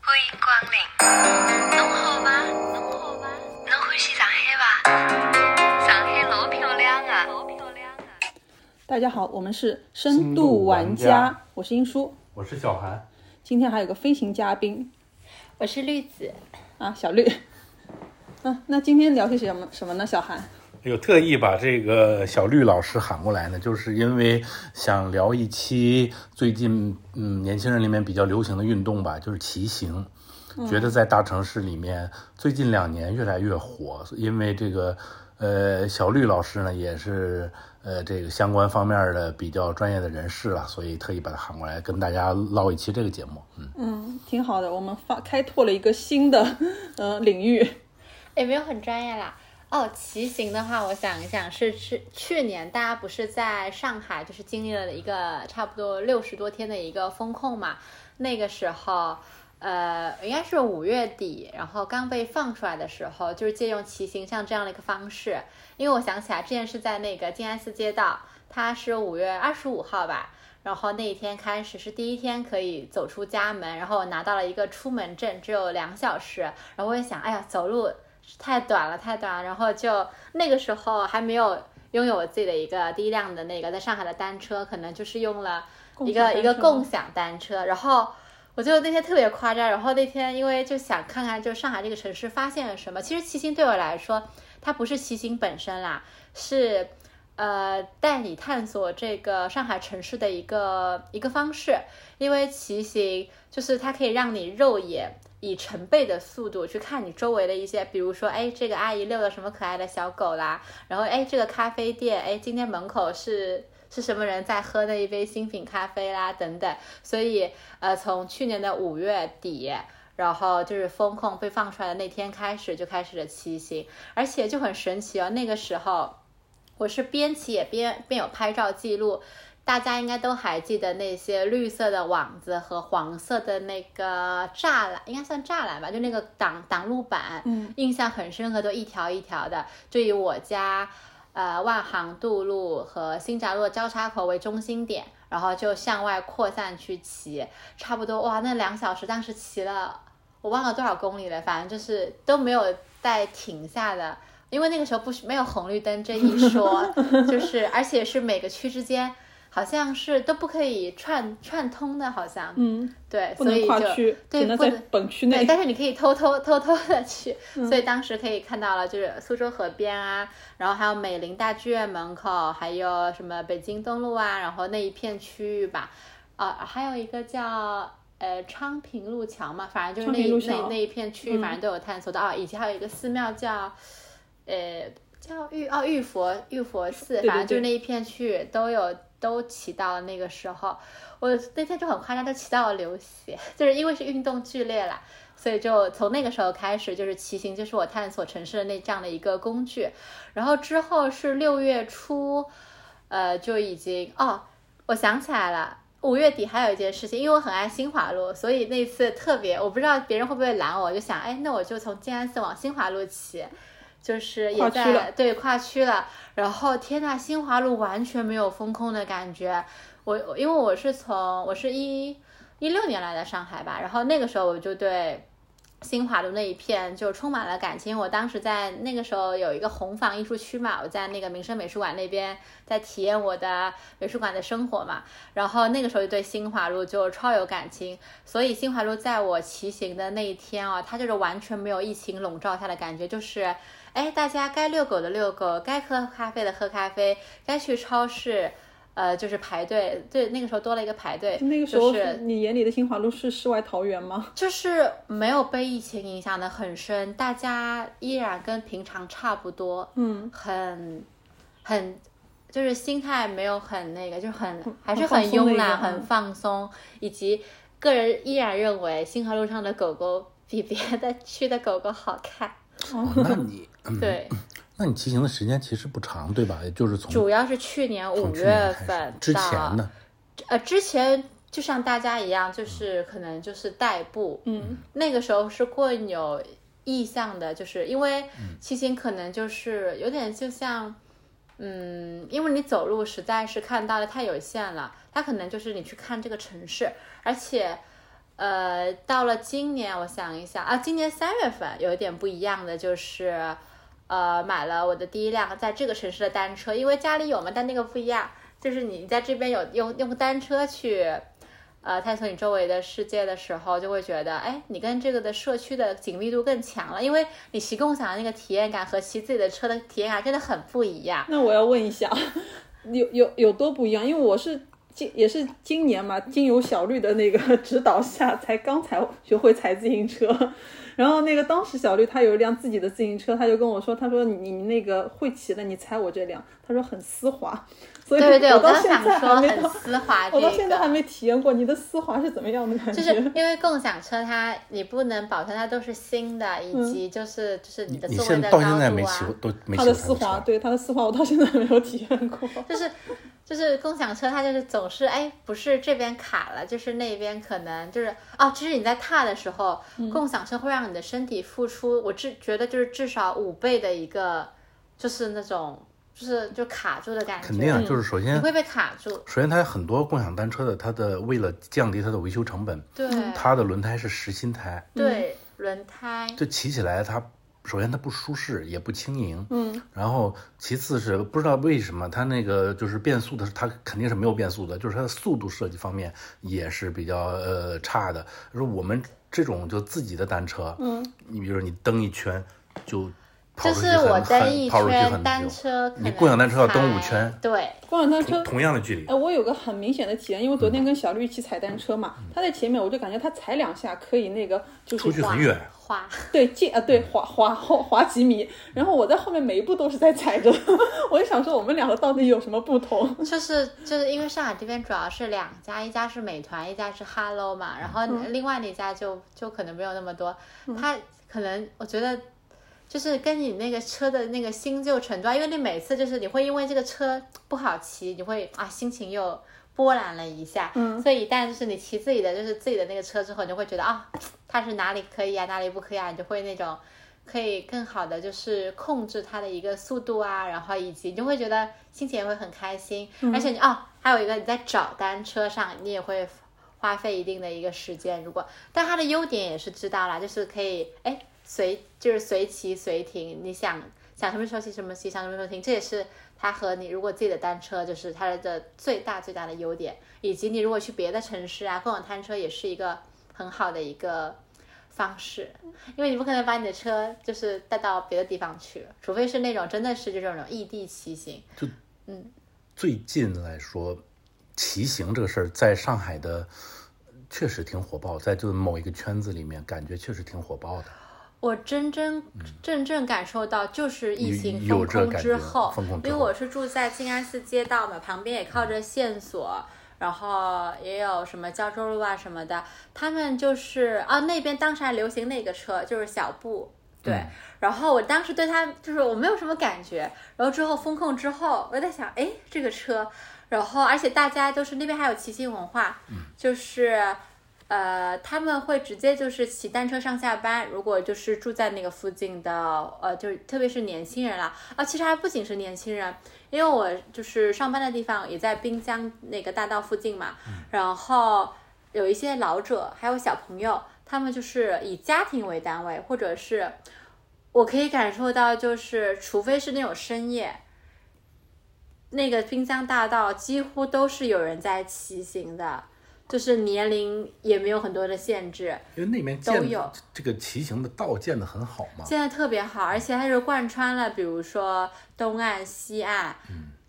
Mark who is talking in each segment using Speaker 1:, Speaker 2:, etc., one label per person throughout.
Speaker 1: 欢迎光临。侬好吗？侬好吗？侬欢喜上海伐？上海老漂亮啊！老漂亮啊！
Speaker 2: 大家好，我们是
Speaker 3: 深
Speaker 2: 深
Speaker 3: 度
Speaker 2: 度
Speaker 3: 玩
Speaker 2: 玩
Speaker 3: 家
Speaker 2: 家，我是英叔。
Speaker 3: 我是小韩，
Speaker 2: 今天还有个飞行嘉宾
Speaker 4: 我是绿子，
Speaker 2: 啊，小绿。嗯、那今天聊些什么什么呢？小韩，
Speaker 3: 有特意把这个小绿老师喊过来呢，就是因为想聊一期最近嗯年轻人里面比较流行的运动吧，就是骑行。
Speaker 4: 嗯
Speaker 3: 觉得在大城市里面最近两年越来越火，因为这个呃小绿老师呢也是呃这个相关方面的比较专业的人士了，所以特意把他喊过来跟大家唠一期这个节目。嗯，
Speaker 2: 嗯，挺好的，我们发开拓了一个新的 呃领域。
Speaker 4: 也没有很专业啦。哦，骑行的话，我想一想，是去去年大家不是在上海，就是经历了一个差不多六十多天的一个风控嘛？那个时候，呃，应该是五月底，然后刚被放出来的时候，就是借用骑行像这样的一个方式。因为我想起来，之前是在那个静安寺街道，它是五月二十五号吧，然后那一天开始是第一天可以走出家门，然后我拿到了一个出门证，只有两小时。然后我也想，哎呀，走路太短了，太短了。然后就那个时候还没有拥有我自己的一个第一辆的那个在上海的单车，可能就是用了一
Speaker 2: 享单
Speaker 4: 个
Speaker 2: 车
Speaker 4: 一个共享单车。然后我就那天特别夸张，然后那天因为就想看看就上海这个城市发现了什么。其实骑行对我来说，它不是骑行本身啦，是。呃，带你探索这个上海城市的一个一个方式，因为骑行就是它可以让你肉眼以成倍的速度去看你周围的一些，比如说，哎，这个阿姨遛了什么可爱的小狗啦，然后，哎，这个咖啡店，哎，今天门口是是什么人在喝那一杯新品咖啡啦，等等。所以，呃，从去年的五月底。然后就是风控被放出来的那天开始，就开始了骑行，而且就很神奇哦。那个时候，我是边骑也边边有拍照记录。大家应该都还记得那些绿色的网子和黄色的那个栅栏，应该算栅栏吧，就那个挡挡路板，
Speaker 2: 嗯，
Speaker 4: 印象很深刻，都一条一条的。就以我家，呃，万航渡路和新闸路的交叉口为中心点，然后就向外扩散去骑，差不多哇，那两小时当时骑了，我忘了多少公里了，反正就是都没有再停下的。因为那个时候不是没有红绿灯这一说， 就是而且是每个区之间好像是都不可以串串通的，好像
Speaker 2: 嗯，
Speaker 4: 对，
Speaker 2: 不
Speaker 4: 所以
Speaker 2: 能
Speaker 4: 就
Speaker 2: 跨区，
Speaker 4: 对
Speaker 2: 只能
Speaker 4: 不
Speaker 2: 在
Speaker 4: 能
Speaker 2: 本区
Speaker 4: 对，
Speaker 2: 内。
Speaker 4: 但是你可以偷偷偷偷的去，
Speaker 2: 嗯
Speaker 4: 所以当时可以看到了，就是苏州河边啊，然后还有美林大剧院门口，还有什么北京东路啊，然后那一片区域吧，呃，还有一个叫呃昌平路桥嘛，反正就
Speaker 2: 昌
Speaker 4: 是那
Speaker 2: 平路
Speaker 4: 一
Speaker 2: 桥
Speaker 4: 那那一片区域，
Speaker 2: 嗯
Speaker 4: 反正都有探索到、哦，以及还有一个寺庙叫，呃叫玉哦玉佛玉佛寺，
Speaker 2: 对对
Speaker 4: 反正就是
Speaker 2: 对
Speaker 4: 那一片区域都有都骑到了那个时候。我那天就很夸张，就骑到了流血， 就是因为是运动剧烈啦，所以就从那个时候开始，就是骑行就是我探索城市的那这样的一个工具。然后之后是六月初，呃，就已经哦，我想起来了。五月底还有一件事情，因为我很爱新华路，所以那次特别，我不知道别人会不会拦我，我就想，哎，那我就从静安寺往新华路骑，就是
Speaker 2: 跨
Speaker 4: 也
Speaker 2: 区了
Speaker 4: 在对跨区了。然后天呐，新华路完全没有风控的感觉。我我因为我是从我是一一六年来的上海吧，然后那个时候我就对新华路那一片就充满了感情。我当时在那个时候有一个红坊艺术区嘛，我在那个民生美术馆那边在体验我的美术馆的生活嘛，然后那个时候就对新华路就超有感情，所以新华路在我骑行的那一天啊，它就是完全没有疫情笼罩下的感觉，就是。哎，大家该遛狗的遛狗，该喝咖啡的喝咖啡，该去超市，呃，就是排队。对，那个时候多了一个排队。
Speaker 2: 那个时候
Speaker 4: 就是
Speaker 2: 你眼里的新华路是世外桃源吗？
Speaker 4: 就是没有被疫情影响的很深，大家依然跟平常差不多，
Speaker 2: 嗯，
Speaker 4: 很很就是心态没有很那个，就是很还是
Speaker 2: 放
Speaker 4: 很
Speaker 2: 松的
Speaker 4: 慵
Speaker 2: 一个
Speaker 4: 懒、
Speaker 2: 嗯
Speaker 4: 很放松，以及个人依然认为新河路上的狗狗比别的 区的狗狗好看。嗯
Speaker 3: 那你
Speaker 4: 对，
Speaker 3: 那你骑行的时间其实不长对吧？也就是从
Speaker 4: 主要是去年
Speaker 3: 从
Speaker 4: 五
Speaker 3: 去年
Speaker 4: 月
Speaker 3: 开始
Speaker 4: 份
Speaker 3: 之
Speaker 4: 到
Speaker 3: 前呢？
Speaker 4: 呃，之前就像大家一样，就是可能就是代步，
Speaker 2: 嗯，
Speaker 4: 那个时候是更有意向的，就是因为骑行可能就是有点就像，嗯，因为你走路实在是看到的太有限了，它可能就是你去看这个城市，而且。呃，到了今年，我想一想啊，今年三月份有一点不一样的就是，呃，买了我的第一辆在这个城市的单车，因为家里有嘛，但那个不一样，就是你在这边有用用单车去。呃，探索你周围的世界的时候，就会觉得，哎，你跟这个的社区的紧密度更强了，因为你骑共享的那个体验感和骑自己的车的体验感真的很不一样。
Speaker 2: 那我要问一下，有有有多不一样？因为我是今也是今年嘛，经由小绿的那个 指导下，才刚才学会踩自行车。然后那个当时小绿她有一辆自己的自行车，她就跟我说，她说你你那个会骑的，你踩我这辆，她说很丝滑。所以
Speaker 4: 对对对，
Speaker 2: 我
Speaker 4: 我
Speaker 2: 到
Speaker 4: 刚刚
Speaker 2: 现
Speaker 4: 想
Speaker 2: 在
Speaker 4: 说
Speaker 2: 还没
Speaker 4: 很
Speaker 2: 到，
Speaker 4: 丝滑，
Speaker 2: 我
Speaker 4: 这
Speaker 2: 到
Speaker 4: 个。
Speaker 2: 现在还没体验过你的丝滑是怎么样的感觉。
Speaker 4: 就是因为共享车它你不能保证它都是新的，以
Speaker 2: 嗯
Speaker 4: 及就是、就是你的
Speaker 3: 你
Speaker 4: 座
Speaker 3: 现
Speaker 4: 位
Speaker 3: 在
Speaker 4: 的
Speaker 3: 到
Speaker 4: 高
Speaker 3: 现
Speaker 4: 度
Speaker 3: 在没骑过
Speaker 4: 啊，
Speaker 3: 都
Speaker 2: 它
Speaker 3: 没骑
Speaker 2: 的
Speaker 3: 过他
Speaker 2: 丝滑，
Speaker 3: 车
Speaker 2: 对它的丝滑，我到现在没有体验过。
Speaker 4: 就是就是共享车它就是总是哎不是这边卡了，就是那边可能就是哦，其实你在踏的时候，
Speaker 2: 嗯
Speaker 4: 共享车会让你的身体付出，我至觉得就是至少五倍的一个就是那种就是就卡住的感觉，
Speaker 3: 肯
Speaker 2: 嗯
Speaker 3: 定啊，就是首
Speaker 4: 你
Speaker 3: 先
Speaker 4: 会被卡住，
Speaker 3: 首先它很多共享单车的，它的为了降低它的维修成本，
Speaker 4: 对
Speaker 3: 它的轮胎是实心胎，
Speaker 4: 对
Speaker 2: 嗯
Speaker 4: 轮胎，
Speaker 3: 就骑起来它首先它不舒适，也不轻盈，
Speaker 2: 嗯，
Speaker 3: 然后其次是不知道为什么它那个就是变速的时候，它肯定是没有变速的，就是它的速度设计方面也是比较呃差的。就是我们这种就自己的单车，嗯，你比如说你蹬一圈就跑
Speaker 4: 就
Speaker 3: 出去
Speaker 4: 是
Speaker 3: 很
Speaker 4: 我蹬
Speaker 3: 很
Speaker 4: 一
Speaker 3: 跑出去
Speaker 4: 圈
Speaker 3: 很
Speaker 4: 单
Speaker 3: 久
Speaker 4: 车可能才，
Speaker 3: 你共享单车要蹬五圈
Speaker 4: 对。
Speaker 2: 共享单车
Speaker 3: 同同样的距离
Speaker 4: 呃
Speaker 2: 哎，，我有个很明显的体验，因为昨天跟小绿一起踩单车嘛，他在前面，我就感觉他踩两下可以那个就是
Speaker 3: 嗯出去嗯
Speaker 2: 滑
Speaker 3: 很远。
Speaker 4: 花，
Speaker 2: 对进啊对滑滑后滑几米，然后我在后面每一步都是在踩着， 我就想说我们两个到底有什么不同？
Speaker 4: 就是就是因为上海这边主要是两家，一家是美团，一家是 Hello 嘛，然后另外那家就就可能没有那么多，它可能我觉得。就是跟你那个车的那个新旧程度啊，因为你每次就是你会因为这个车不好骑，你会啊心情又波澜了一下，嗯，所以一旦就是你骑自己的就是自己的那个车之后，你就会觉得啊，它是哪里可以啊，哪里不可以啊，你就会那种可以更好的就是控制它的一个速度啊，然后以及你就会觉得心情也会很开心，而且你哦，还有一个你在找单车上你也会花费一定的一个时间，如果但它的优点也是知道啦，就是可以哎随就是随骑随停，你想想什么时候骑什么骑，想什么时候停，这也是它和你如果自己的单车就是它的最大最大的优点，以及你如果去别的城市啊，共享单车也是一个很好的一个方式，因为你不可能把你的车就是带到别的地方去，除非是那种真的是这种异地骑行，
Speaker 3: 最近来说，骑行这个事儿在上海的确实挺火爆，在就某一个圈子里面，感觉确实挺火爆的。
Speaker 4: 我真真正正感受到，就是疫情
Speaker 3: 嗯有
Speaker 4: 封
Speaker 3: 有这
Speaker 4: 控
Speaker 3: 感
Speaker 4: 之
Speaker 3: 觉
Speaker 4: 后
Speaker 3: 封控，之
Speaker 4: 因为
Speaker 3: 后
Speaker 4: 我是住在静安寺街道嘛，旁边也靠着线索，然后也有什么胶州路啊什么的，他们就是啊那边当时还流行那个车，就是小布。对，
Speaker 3: 嗯
Speaker 4: 然后我当时对它就是我没有什么感觉，然后之后封控之后，我在想，哎，这个车，然后而且大家都是那边还有骑行文化，
Speaker 3: 嗯
Speaker 4: 就是呃，他们会直接就是骑单车上下班。如果就是住在那个附近的，呃，就是特别是年轻人啦，啊，其实还不仅是年轻人，因为我就是上班的地方也在滨江那个大道附近嘛，然后有一些老者还有小朋友，他们就是以家庭为单位，或者是我可以感受到，就是除非是那种深夜，那个滨江大道几乎都是有人在骑行的，就是年龄也没有很多的限制，
Speaker 3: 因为那边
Speaker 4: 都
Speaker 3: 建
Speaker 4: 有
Speaker 3: 这个骑行的道建得很好嘛，
Speaker 4: 现在特别好，而且它是贯穿了，比如说东岸、西岸，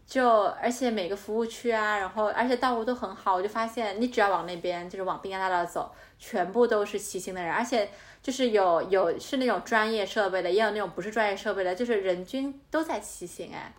Speaker 4: 就而且每个服务区啊，然后而且道路都很好，我就发现你只要往那边就是往滨江大道走，全部都是骑行的人，而且就是有有是那种专业设备的，也有那种不是专业设备的，就是人均都在骑行哎，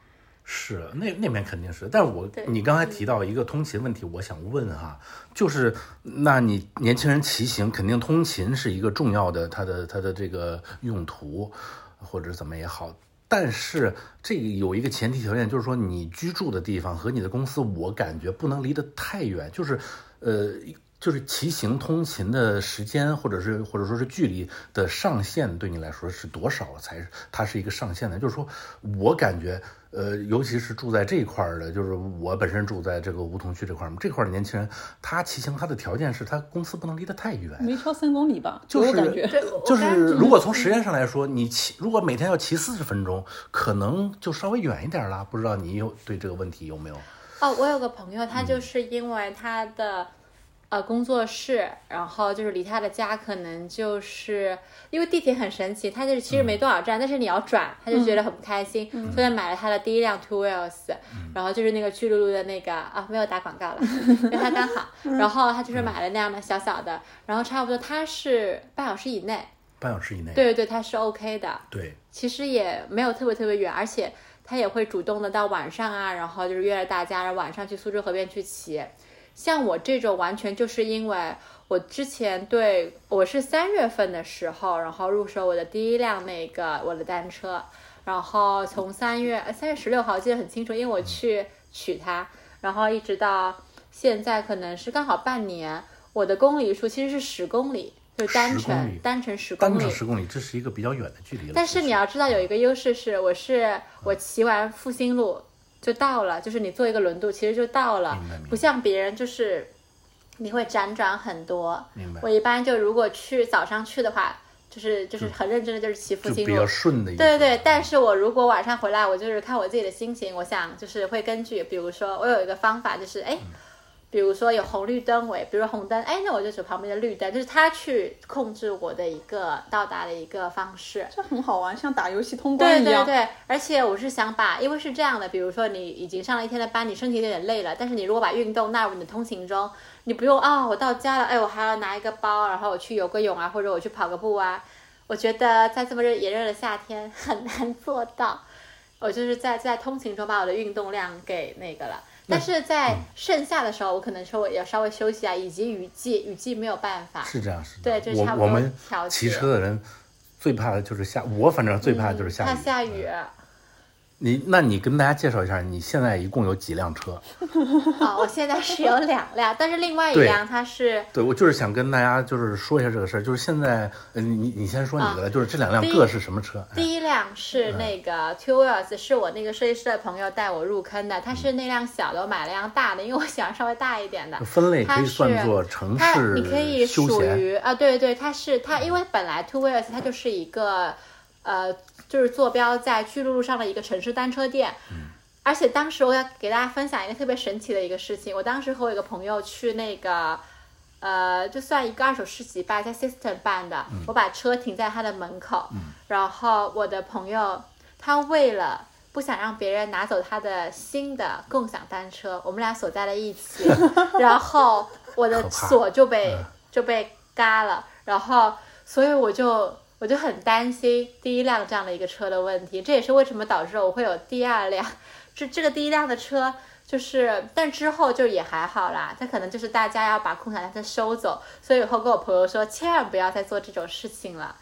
Speaker 3: 是那那边肯定是。但我
Speaker 4: 对
Speaker 3: 你刚才提到一个通勤问题，我想问哈、就是那你年轻人骑行肯定通勤是一个重要的它的它的这个用途，或者怎么也好。但是这个有一个前提条件，就是说你居住的地方和你的公司，我感觉不能离得太远，就是，呃，就是骑行通勤的时间，或者是或者说是距离的上限，对你来说是多少才它是一个上限呢？就是说我感觉呃，尤其是住在这一块儿的，就是我本身住在这个梧桐区这块儿嘛，这块儿的年轻人，他骑行他的条件是他公司不能离得太远，
Speaker 2: 没超三公里吧？
Speaker 3: 就
Speaker 2: 给我
Speaker 3: 是
Speaker 2: 感 觉，
Speaker 3: 就是如果从时间上来说，你骑如果每天要骑四十分钟，可能就稍微远一点啦。不知道你有对这个问题有没有？
Speaker 4: 哦，我有个朋友，他就是因为他的、呃工作室，然后就是离他的家可能就是因为地铁很神奇，他就是其实没多少站，但是你要转，他就觉得很不开心，所以他买了他的第一辆 Two Wheels，、然后就是那个巨鹿路的那个啊，没有打广告了，因为他刚好，然后他就是买了那样的小小的，然后差不多他是半小时以内，
Speaker 3: 半小时以内。
Speaker 4: 对对对，他是 OK 的，
Speaker 3: 对
Speaker 4: 其实也没有特别特别远，而且他也会主动的到晚上啊，然后就是约着大家，然后晚上去苏州河边去骑。像我这种完全就是因为我之前对我是三月份的时候，然后入手我的第一辆那个我的单车，然后从三月呃三月十六号我记得很清楚，因为我去取它，然后一直到现在可能是刚好半年，我的公里数其实是十公里，就是单
Speaker 3: 10公里
Speaker 4: 程单程十
Speaker 3: 单
Speaker 4: 公里，
Speaker 3: 程十公里，这是一个比较远的距离了。
Speaker 4: 但是
Speaker 3: 其实
Speaker 4: 你要知道有一个优势是，我是我骑完复兴路就到了，就是你做一个轮渡其实就到了
Speaker 3: 明白明白，
Speaker 4: 不像别人就是你会辗转很多。
Speaker 3: 明白
Speaker 4: 我一般就如果去早上去的话，就是就是很认真的就是骑复
Speaker 3: 就
Speaker 4: 兴
Speaker 3: 比
Speaker 4: 路
Speaker 3: 较。顺的一个。
Speaker 4: 对对对，但是我如果晚上回来，我就是看我自己的心情，我想就是会根据，比如说我有一个方法，就是
Speaker 3: 嗯
Speaker 4: 哎，比如说有红绿灯尾，比如说红灯，哎，那我就走旁边的绿灯，就是他去控制我的一个到达的一个方式。
Speaker 2: 这很好玩，像打游戏通关
Speaker 4: 对
Speaker 2: 一
Speaker 4: 对
Speaker 2: 样。
Speaker 4: 对，而且我是想把，因为是这样的，比如说你已经上了一天的班，你身体有点累了，但是你如果把运动纳入你的通勤中，你不用啊、我到家了，哎，我还要拿一个包，然后我去游个泳啊，或者我去跑个步啊。我觉得在这么热炎热的夏天很难做到，我就是在在通勤中把我的运动量给那个了。但是在
Speaker 3: 嗯
Speaker 4: 盛夏的时候，我可能说我要稍微休息啊，以及雨季，雨季没有办法。
Speaker 3: 是这样，是这
Speaker 4: 对
Speaker 3: 样。
Speaker 4: 就是差不
Speaker 3: 我我
Speaker 4: 多
Speaker 3: 们
Speaker 4: 调
Speaker 3: 骑
Speaker 4: 节
Speaker 3: 车的人最怕的就是下，我反正最怕的就是下雨。
Speaker 4: 嗯
Speaker 3: 嗯
Speaker 4: 怕下雨，啊
Speaker 3: 你那你跟大家介绍一下，你现在一共有几辆车？
Speaker 4: 啊、我现在是有两辆，但是另外一
Speaker 3: 对嗯
Speaker 4: 辆它是
Speaker 3: 对，我就是想跟大家就是说一下这个事儿，就是现在，呃，你你你先说你的，就是这两辆
Speaker 4: 啊第一
Speaker 3: 各是什么车？哎
Speaker 4: 第一辆是那个 Two Wheels，是我那个设计师的朋友带我入坑的，他是那辆小的，我买了辆大的，因为我喜欢稍微大一点的。
Speaker 3: 哎分类可
Speaker 4: 它
Speaker 3: 以
Speaker 4: 是
Speaker 3: 算作城
Speaker 4: 它
Speaker 3: 市
Speaker 4: 你可以
Speaker 3: 休
Speaker 4: 属
Speaker 3: 闲，
Speaker 4: 于啊，对对，它是它，因为本来 Two Wheels 它就是一个呃，就是坐标在巨鹿路上的一个城市单车店。
Speaker 3: 嗯
Speaker 4: 而且当时我要给大家分享一个特别神奇的一个事情，我当时和我一个朋友去那个。呃，就算一个二手市集吧，在 System 办的，
Speaker 3: 嗯
Speaker 4: 我把车停在他的门口，然后我的朋友他为了不想让别人拿走他的新的共享单车，我们俩锁在了 一起，然后我的
Speaker 3: 可怕嗯
Speaker 4: 锁就被就被嘎了，然后所以我就我就很担心第一辆这样的一个车的问题，这也是为什么导致我会有第二辆，这这个第一辆的车。就是，但之后就也还好啦。他可能就是大家要把共享单车收走，所以以后跟我朋友说，千万不要再做这种事情了。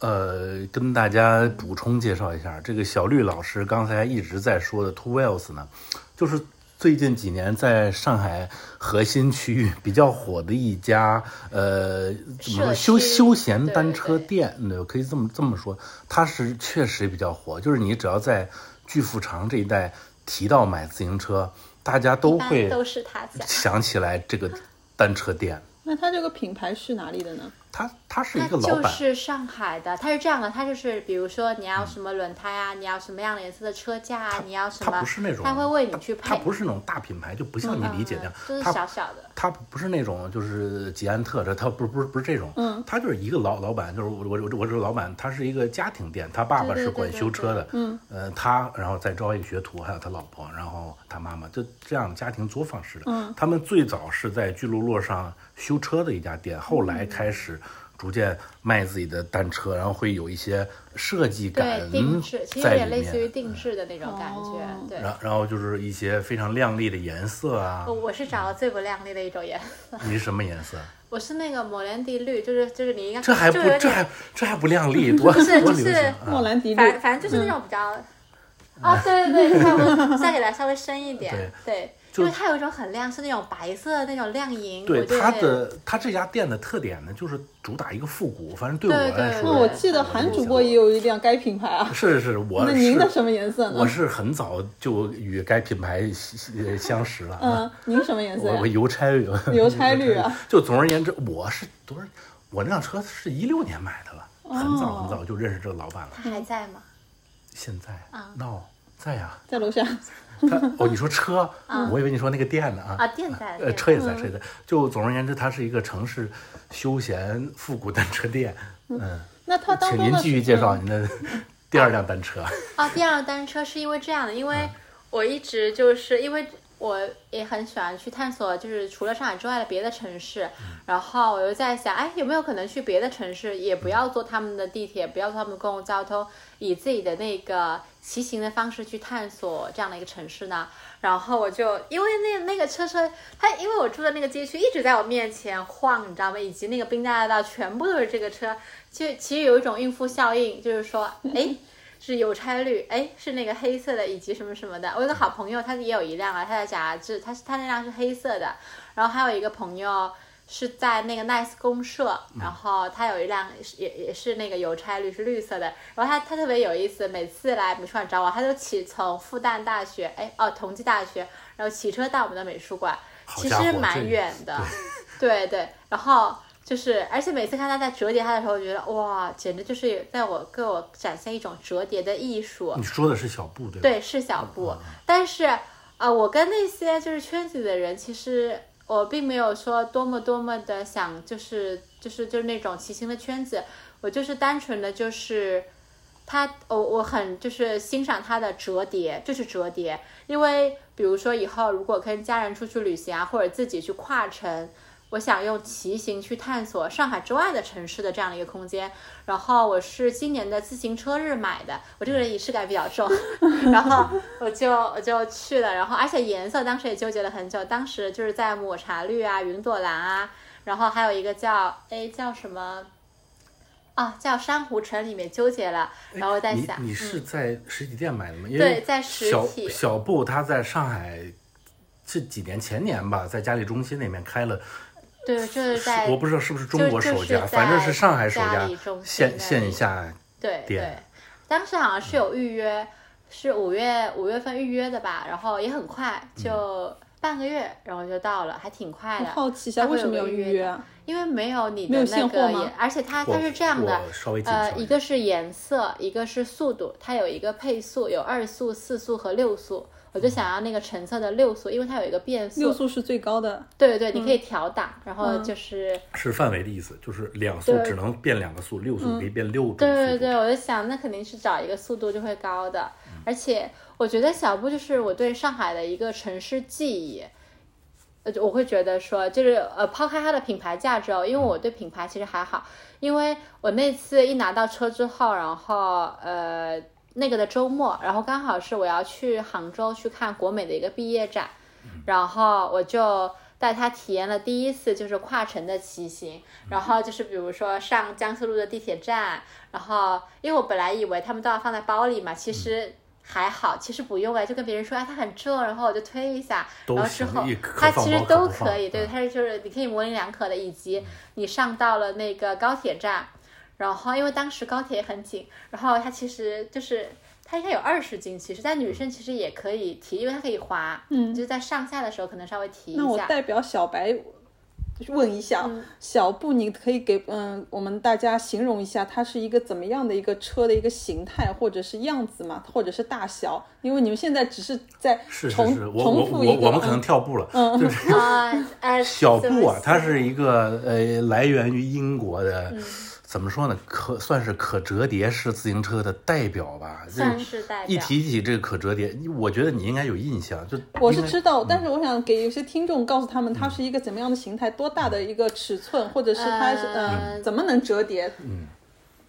Speaker 3: 呃，跟大家补充介绍一下，这个小绿老师刚才一直在说的 Two Wheels 呢，就是最近几年在上海核心区域比较火的一家呃，怎么说
Speaker 4: 社区
Speaker 3: 休休闲
Speaker 4: 对
Speaker 3: 单车
Speaker 4: 对
Speaker 3: 店，对，可以这么这么说，它是确实比较火，就是你只要在巨富长这一带提到买自行车，大家都
Speaker 4: 一般
Speaker 3: 会
Speaker 4: 都是他家。
Speaker 3: 想起来这个单车店。
Speaker 2: 那它这个品牌是哪里的呢？
Speaker 3: 它它是
Speaker 4: 它
Speaker 3: 一个老
Speaker 4: 就
Speaker 3: 板，嗯
Speaker 4: 是上海的，它是这样的，它就是比如说你要什么轮胎啊，你要什么样的颜色的车架啊，你要什么，
Speaker 3: 它不是那种，
Speaker 4: 它会为你去配，嗯
Speaker 3: 它它不是那种大品牌，就不像你理解那样，
Speaker 4: 就是
Speaker 3: 它
Speaker 4: 小小的。
Speaker 3: 它不是那种就是捷安特这，它不不是不是这种，
Speaker 2: 嗯，
Speaker 3: 它就是一个老老板，就是我我我我这个老板，他是一个家庭店，他爸爸
Speaker 4: 对对
Speaker 3: 是
Speaker 4: 对
Speaker 3: 管
Speaker 4: 对
Speaker 3: 修
Speaker 4: 对
Speaker 3: 车的，
Speaker 2: 嗯，
Speaker 3: 呃，他然后再招一个学徒，还有他老婆，然后他妈妈，就这样家庭作坊式的，
Speaker 2: 嗯，
Speaker 3: 他们最早是在巨鹿路上修车的一家店，后
Speaker 4: 嗯
Speaker 3: 来开始。逐渐卖自己的单车，然后会有一些设计感
Speaker 4: 对，定制其实有
Speaker 3: 在里
Speaker 4: 点
Speaker 3: 面。
Speaker 4: 类似于定制的那种感觉。
Speaker 2: 哦
Speaker 4: 对，
Speaker 3: 然然后就是一些非常亮丽的颜色啊
Speaker 2: 哦
Speaker 4: 我，我是找到最不亮丽的一种颜色，
Speaker 3: 你是什么颜色？
Speaker 4: 我是那个莫兰迪绿，就是就是你应该
Speaker 3: 这还不
Speaker 4: 就有
Speaker 3: 这
Speaker 4: 点
Speaker 3: 还这还不 亮丽，多
Speaker 4: 是
Speaker 3: 多
Speaker 4: 就
Speaker 3: 流
Speaker 4: 是
Speaker 3: 行
Speaker 2: 莫
Speaker 3: 啊！
Speaker 2: 兰迪绿，
Speaker 4: 反反正就是那种比较，哦，对对对，稍微晒起来稍微深一点
Speaker 3: 对，
Speaker 4: 对，
Speaker 3: 就
Speaker 4: 因为它有一种很亮，是那种白色的那种亮银。
Speaker 3: 对
Speaker 4: 我就
Speaker 3: 它的它这家店的特点呢，就是主打一个复古，反正对
Speaker 4: 对
Speaker 3: 我来
Speaker 4: 对
Speaker 3: 说，
Speaker 2: 那哦我记得韩主播也有一辆该品牌啊，
Speaker 3: 是是， 我
Speaker 2: 那您的
Speaker 3: 是
Speaker 2: 什么颜色呢
Speaker 3: 我？是很早就与该品牌呃相识了。
Speaker 2: 嗯，您什么颜色
Speaker 3: 我
Speaker 2: 呀
Speaker 3: 我？邮差绿，
Speaker 2: 邮差 绿啊。
Speaker 3: 就总而言之，我是多少？我那辆车是一六年买的了，很早
Speaker 2: 哦
Speaker 3: 很早就认识这个老板了。
Speaker 4: 它还在吗？
Speaker 3: 现在
Speaker 2: 啊
Speaker 3: 闹、在啊呀、
Speaker 2: 在楼下。
Speaker 3: 他哦，你说车，我以为你说那个店呢啊。
Speaker 4: 嗯啊，店在。
Speaker 3: 呃，
Speaker 4: 店
Speaker 3: 车也在，车也在。就总而言之，它是一个城市休闲复古单车店。嗯，
Speaker 2: 那它当
Speaker 3: 请
Speaker 2: 中
Speaker 3: 您
Speaker 2: 的
Speaker 3: 继续介
Speaker 4: 嗯
Speaker 3: 绍您的第二辆单 车。
Speaker 4: 啊，第二单车是因为这样的，因为我一直就是因为我也很喜欢去探索，就是除了上海之外的别的城市，然后我又在想，哎，有没有可能去别的城市，也不要坐他们的地铁，不要坐他们的公共交通，以自己的那个骑行的方式去探索这样的一个城市呢？然后我就因为那那个车车，它因为我住的那个街区一直在我面前晃，你知道吗？以及那个滨大大道全部都是这个车，就其实有一种孕妇效应，就是说，哎。是邮差绿，哎，是那个黑色的，以及什么什么的。我有个好朋友，他也有一辆啊，他在甲治，他是他那辆是黑色的。然后还有一个朋友是在那个 Nice 公社，
Speaker 3: 嗯
Speaker 4: 然后他有一辆也也是那个邮差绿，是绿色的。然后他他特别有意思，每次来美术馆找我，他就骑从复旦大学，哎哦同济大学，然后骑车到我们的美术馆，
Speaker 3: 好
Speaker 4: 其
Speaker 3: 家伙
Speaker 4: 实蛮
Speaker 3: 这
Speaker 4: 远的。对对，然后就是，而且每次看他在折叠它的时候，我觉得哇，简直就是在我给我展现一种折叠的艺术
Speaker 3: 你。说的是小布对吧？
Speaker 4: 对，是小布，但是呃，我跟那些就是圈子里的人，其实我并没有说多么多么的想，就是就是就是那种骑行的圈子，我就是单纯的就是。他，我我很就是欣赏他的折叠，就是折叠，因为比如说以后如果跟家人出去旅行啊，或者自己去跨城，我想用骑行去探索上海之外的城市的这样的一个空间。然后我是今年的自行车日买的，我这个人仪式感比较重， 然后我就我就去了，然后而且颜色当时也纠结了很久，当时就是在抹茶绿啊、云朵蓝啊，然后还有一个叫哎叫什么。啊，叫珊瑚城里面纠结了，然后我在
Speaker 3: 你
Speaker 4: 想，嗯
Speaker 3: 你是在实体店买的吗？因
Speaker 4: 对
Speaker 3: 为
Speaker 4: 在实
Speaker 3: 小
Speaker 4: 体
Speaker 3: 小布他在上海这几年前年吧，在嘉里中心那边开了，
Speaker 4: 对，就是
Speaker 3: 是
Speaker 4: 在
Speaker 3: 我不知道是不是中国
Speaker 4: 就
Speaker 3: 首
Speaker 4: 就是
Speaker 3: 家，
Speaker 4: 在
Speaker 3: 反正是上海首
Speaker 4: 嘉
Speaker 3: 家
Speaker 4: 里中
Speaker 3: 线
Speaker 4: 心那里
Speaker 3: 线下
Speaker 4: 对
Speaker 3: 店
Speaker 4: 对，当时好像是有预约，是五月五月份预约的吧，然后也很快，
Speaker 3: 嗯
Speaker 4: 就半个月，然后就到了，还挺快
Speaker 2: 我
Speaker 4: 的。
Speaker 2: 好奇一下，
Speaker 4: 它会
Speaker 2: 为什么
Speaker 4: 有
Speaker 2: 要
Speaker 4: 个
Speaker 2: 预
Speaker 4: 约
Speaker 2: 约啊？
Speaker 4: 因为没有你
Speaker 2: 没有
Speaker 4: 的那
Speaker 2: 现
Speaker 4: 个
Speaker 2: 货
Speaker 4: 也，
Speaker 2: 吗
Speaker 4: 而且它
Speaker 3: 我
Speaker 4: 它是这样的
Speaker 3: 我，稍微谨
Speaker 4: 呃，
Speaker 3: 慎
Speaker 4: 一个是颜色，一个是速度，它有一个配速，有二速、四速和六速。我
Speaker 3: 嗯
Speaker 4: 就想要那个橙色的六速，因为它有一个变速。
Speaker 2: 六速嗯是最高的，
Speaker 4: 对对对，你可以调档，然后就是。
Speaker 3: 是范围的意思，就是两速
Speaker 4: 对嗯
Speaker 3: 只能变两个速，六速可以变六种速度。
Speaker 4: 对对对，我就想那肯定是找一个速度就会高的，而且我觉得小布就是我对上海的一个城市记忆。呃，就我会觉得说，就是呃，抛开它的品牌价值哦，因为我对品牌其实还好，因为我那次一拿到车之后，然后呃那个的周末，然后刚好是我要去杭州去看国美的一个毕业展，
Speaker 3: 嗯
Speaker 4: 然后我就带他体验了第一次就是跨城的骑行，
Speaker 3: 嗯
Speaker 4: 然后就是比如说上江苏路的地铁站，然后因为我本来以为他们都要放在包里嘛，其
Speaker 3: 嗯
Speaker 4: 实还好，其实不用哎，就跟别人说哎它很重，然后我就推一下，
Speaker 3: 都
Speaker 4: 然后之
Speaker 3: 行
Speaker 4: 后
Speaker 3: 一可
Speaker 4: 它
Speaker 3: 放
Speaker 4: 其实
Speaker 3: 包可
Speaker 4: 都
Speaker 3: 不放
Speaker 4: 可以，对，
Speaker 3: 嗯
Speaker 4: 它是就是你可以模棱两可的，以及你上到了那个高铁站，然后因为当时高铁也很紧，然后它其实就是。它应该有二十斤，其实，但女生其实也可以提，因为它可以滑，嗯，就是在上下的时候可能稍微提一下。嗯
Speaker 2: 那我代表小白问一下，小布，你可以给嗯我们大家形容一下，它是一个怎么样的一个车的一个形态，或者是样子嘛，或者是大小？因为你们现在只是在
Speaker 3: 是是
Speaker 2: 重
Speaker 3: 是，我我
Speaker 2: 重复一个
Speaker 3: 我我们可
Speaker 2: 嗯
Speaker 3: 能跳步了， 就是
Speaker 4: 啊，呃，
Speaker 3: 小
Speaker 4: 怎么
Speaker 3: 布啊，它
Speaker 4: 写嗯
Speaker 3: 是一个呃来源于英国的，怎么说呢，可算是可折叠式自行车的代表吧。这
Speaker 4: 算是代表
Speaker 3: 一提起这个可折叠，我觉得你应该有印象，就
Speaker 2: 我是
Speaker 3: 应该
Speaker 2: 知道，但是我想给有些听众告诉他
Speaker 3: 嗯
Speaker 2: 们，它是一个怎么样的形态，多大的一个尺寸，或者是它是
Speaker 4: 呃
Speaker 2: 呃
Speaker 3: 嗯
Speaker 2: 怎么能折叠？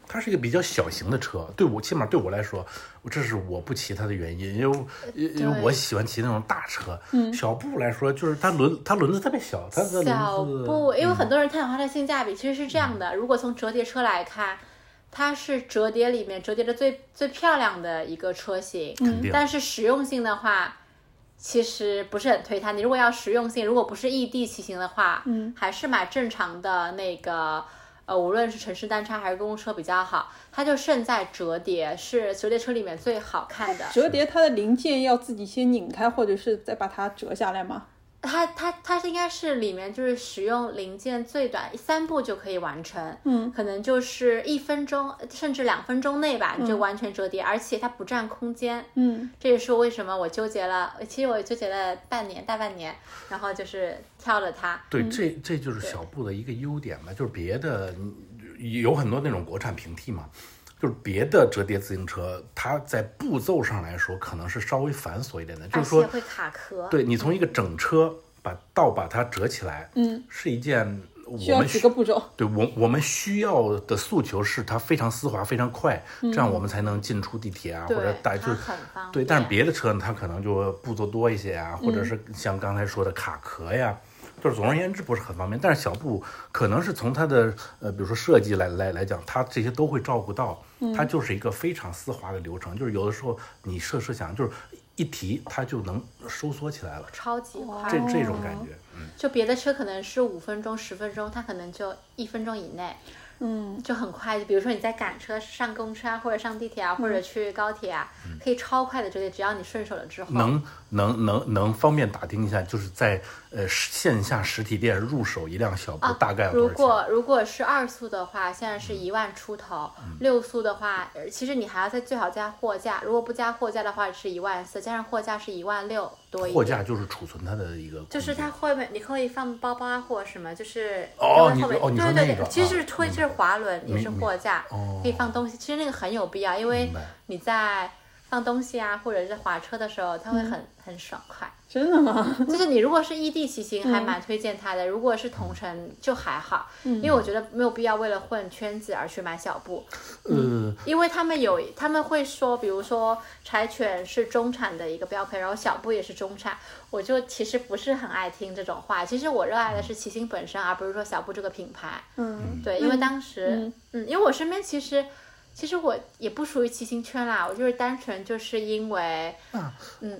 Speaker 3: 它是一个比较小型的车，对我起码对我来说，我这是我不骑它的原因，因为我因因为我喜欢骑那种大车。小布来说，就是它轮它轮子特别小，它的轮子
Speaker 4: 小布，因为很多人探讨它的性价比，其实是这样的。如果从折叠车来看，它是折叠里面折叠的最最漂亮的一个车型，
Speaker 3: 定
Speaker 4: 但是实用性的话，其实不是很推它。你如果要实用性，如果不是异地骑行的话，
Speaker 2: 嗯，
Speaker 4: 还是买正常的那个，呃，无论是城市单车还是公共车比较好。它就胜在折叠，是折叠车里面最好看的。
Speaker 2: 折叠它的零件要自己先拧开，或者是再把它折下来吗？
Speaker 4: 它它它应该是里面就是使用零件最短三步就可以完成，
Speaker 2: 嗯，
Speaker 4: 可能就是一分钟甚至两分钟内吧，你就完全折叠，而且它不占空间，
Speaker 2: 嗯，
Speaker 4: 这也是为什么我纠结了，其实我纠结了半年大半年，然后就是挑了它，
Speaker 3: 对，这这就是小布的一个优点吧，就是别的你有很多那种国产平替嘛，就是别的折叠自行车，它在步骤上来说可能是稍微繁琐一点的，就
Speaker 4: 而
Speaker 3: 是说
Speaker 4: 哎且会卡壳，
Speaker 3: 对你从一个整车把倒把它折起来，嗯，是一件
Speaker 2: 需
Speaker 3: 我
Speaker 2: 要
Speaker 3: 们
Speaker 2: 几个步骤？
Speaker 3: 对我我们需要的诉求是它非常丝滑、非常快，这样我们才能进出地铁啊，或
Speaker 4: 嗯对
Speaker 3: 者大就
Speaker 4: 它很方
Speaker 3: 对。
Speaker 4: 便嗯
Speaker 3: 但是别的车呢，它可能就步骤多一些啊，或者是像刚才说的卡壳呀。就是总而言之不是很方便，但是小布可能是从它的呃，比如说设计来来来讲，它这些都会照顾到，
Speaker 4: 嗯
Speaker 3: 它就是一个非常丝滑的流程。就是有的时候你设设想，就是一提它就能收缩起来了，
Speaker 4: 超级快，
Speaker 3: 这这种感觉，嗯。
Speaker 4: 就别的车可能是五分钟、十分钟，它可能就一分钟以内，嗯，就很快。就比如说你在赶车、上公车啊，或者上地铁啊，或者去高铁啊，
Speaker 3: 嗯
Speaker 4: 可以超快的折叠，只要你顺手了之后，
Speaker 3: 能能能能方便打听一下，就是在呃实线下实体店入手一辆小布
Speaker 4: 啊，
Speaker 3: 大概要多
Speaker 4: 如
Speaker 3: 少嗯
Speaker 4: 果如果是二速的话，现在是一万出头；六速的话，呃其实你还要再最好加货架，如果不加货架的话是一万四，加上货架是一万六多
Speaker 3: 钱？
Speaker 4: 一
Speaker 3: 货
Speaker 4: 点。
Speaker 3: 架就是储存它的一个空间，
Speaker 4: 就是它后面你可以放包包啊，或者什么，就是
Speaker 3: 哦
Speaker 4: 它
Speaker 3: 你
Speaker 4: 会后面
Speaker 3: 说哦你说
Speaker 4: 对
Speaker 3: 那
Speaker 4: 对
Speaker 3: 个
Speaker 4: 对，其实就
Speaker 3: 啊
Speaker 4: 是推，就是滑轮也是
Speaker 3: 明
Speaker 4: 货架
Speaker 3: 哦，
Speaker 4: 可以放东西。其实那个很有必要，因为
Speaker 3: 明白
Speaker 4: 你在放东西啊，或者是滑车的时候，它会
Speaker 3: 嗯
Speaker 4: 很很爽快。
Speaker 2: 真的吗？
Speaker 4: 就是你如果是异地骑行，还蛮推荐它的；如果是同城就还好，
Speaker 3: 嗯
Speaker 4: 因为我觉得没有必要为了混圈子而去买小布。
Speaker 3: 呃，
Speaker 4: 因为他们有他们会说，比如说柴犬是中产的一个标配，然后小布也是中产，我就其实不是很爱听这种话。其实我热爱的是骑行本身，而不是说小布这个品牌。
Speaker 2: 嗯，
Speaker 4: 对，因为当时，嗯，因为我身边其实。其实我也不属于骑行圈啦，我就是单纯就是因为，
Speaker 3: 嗯，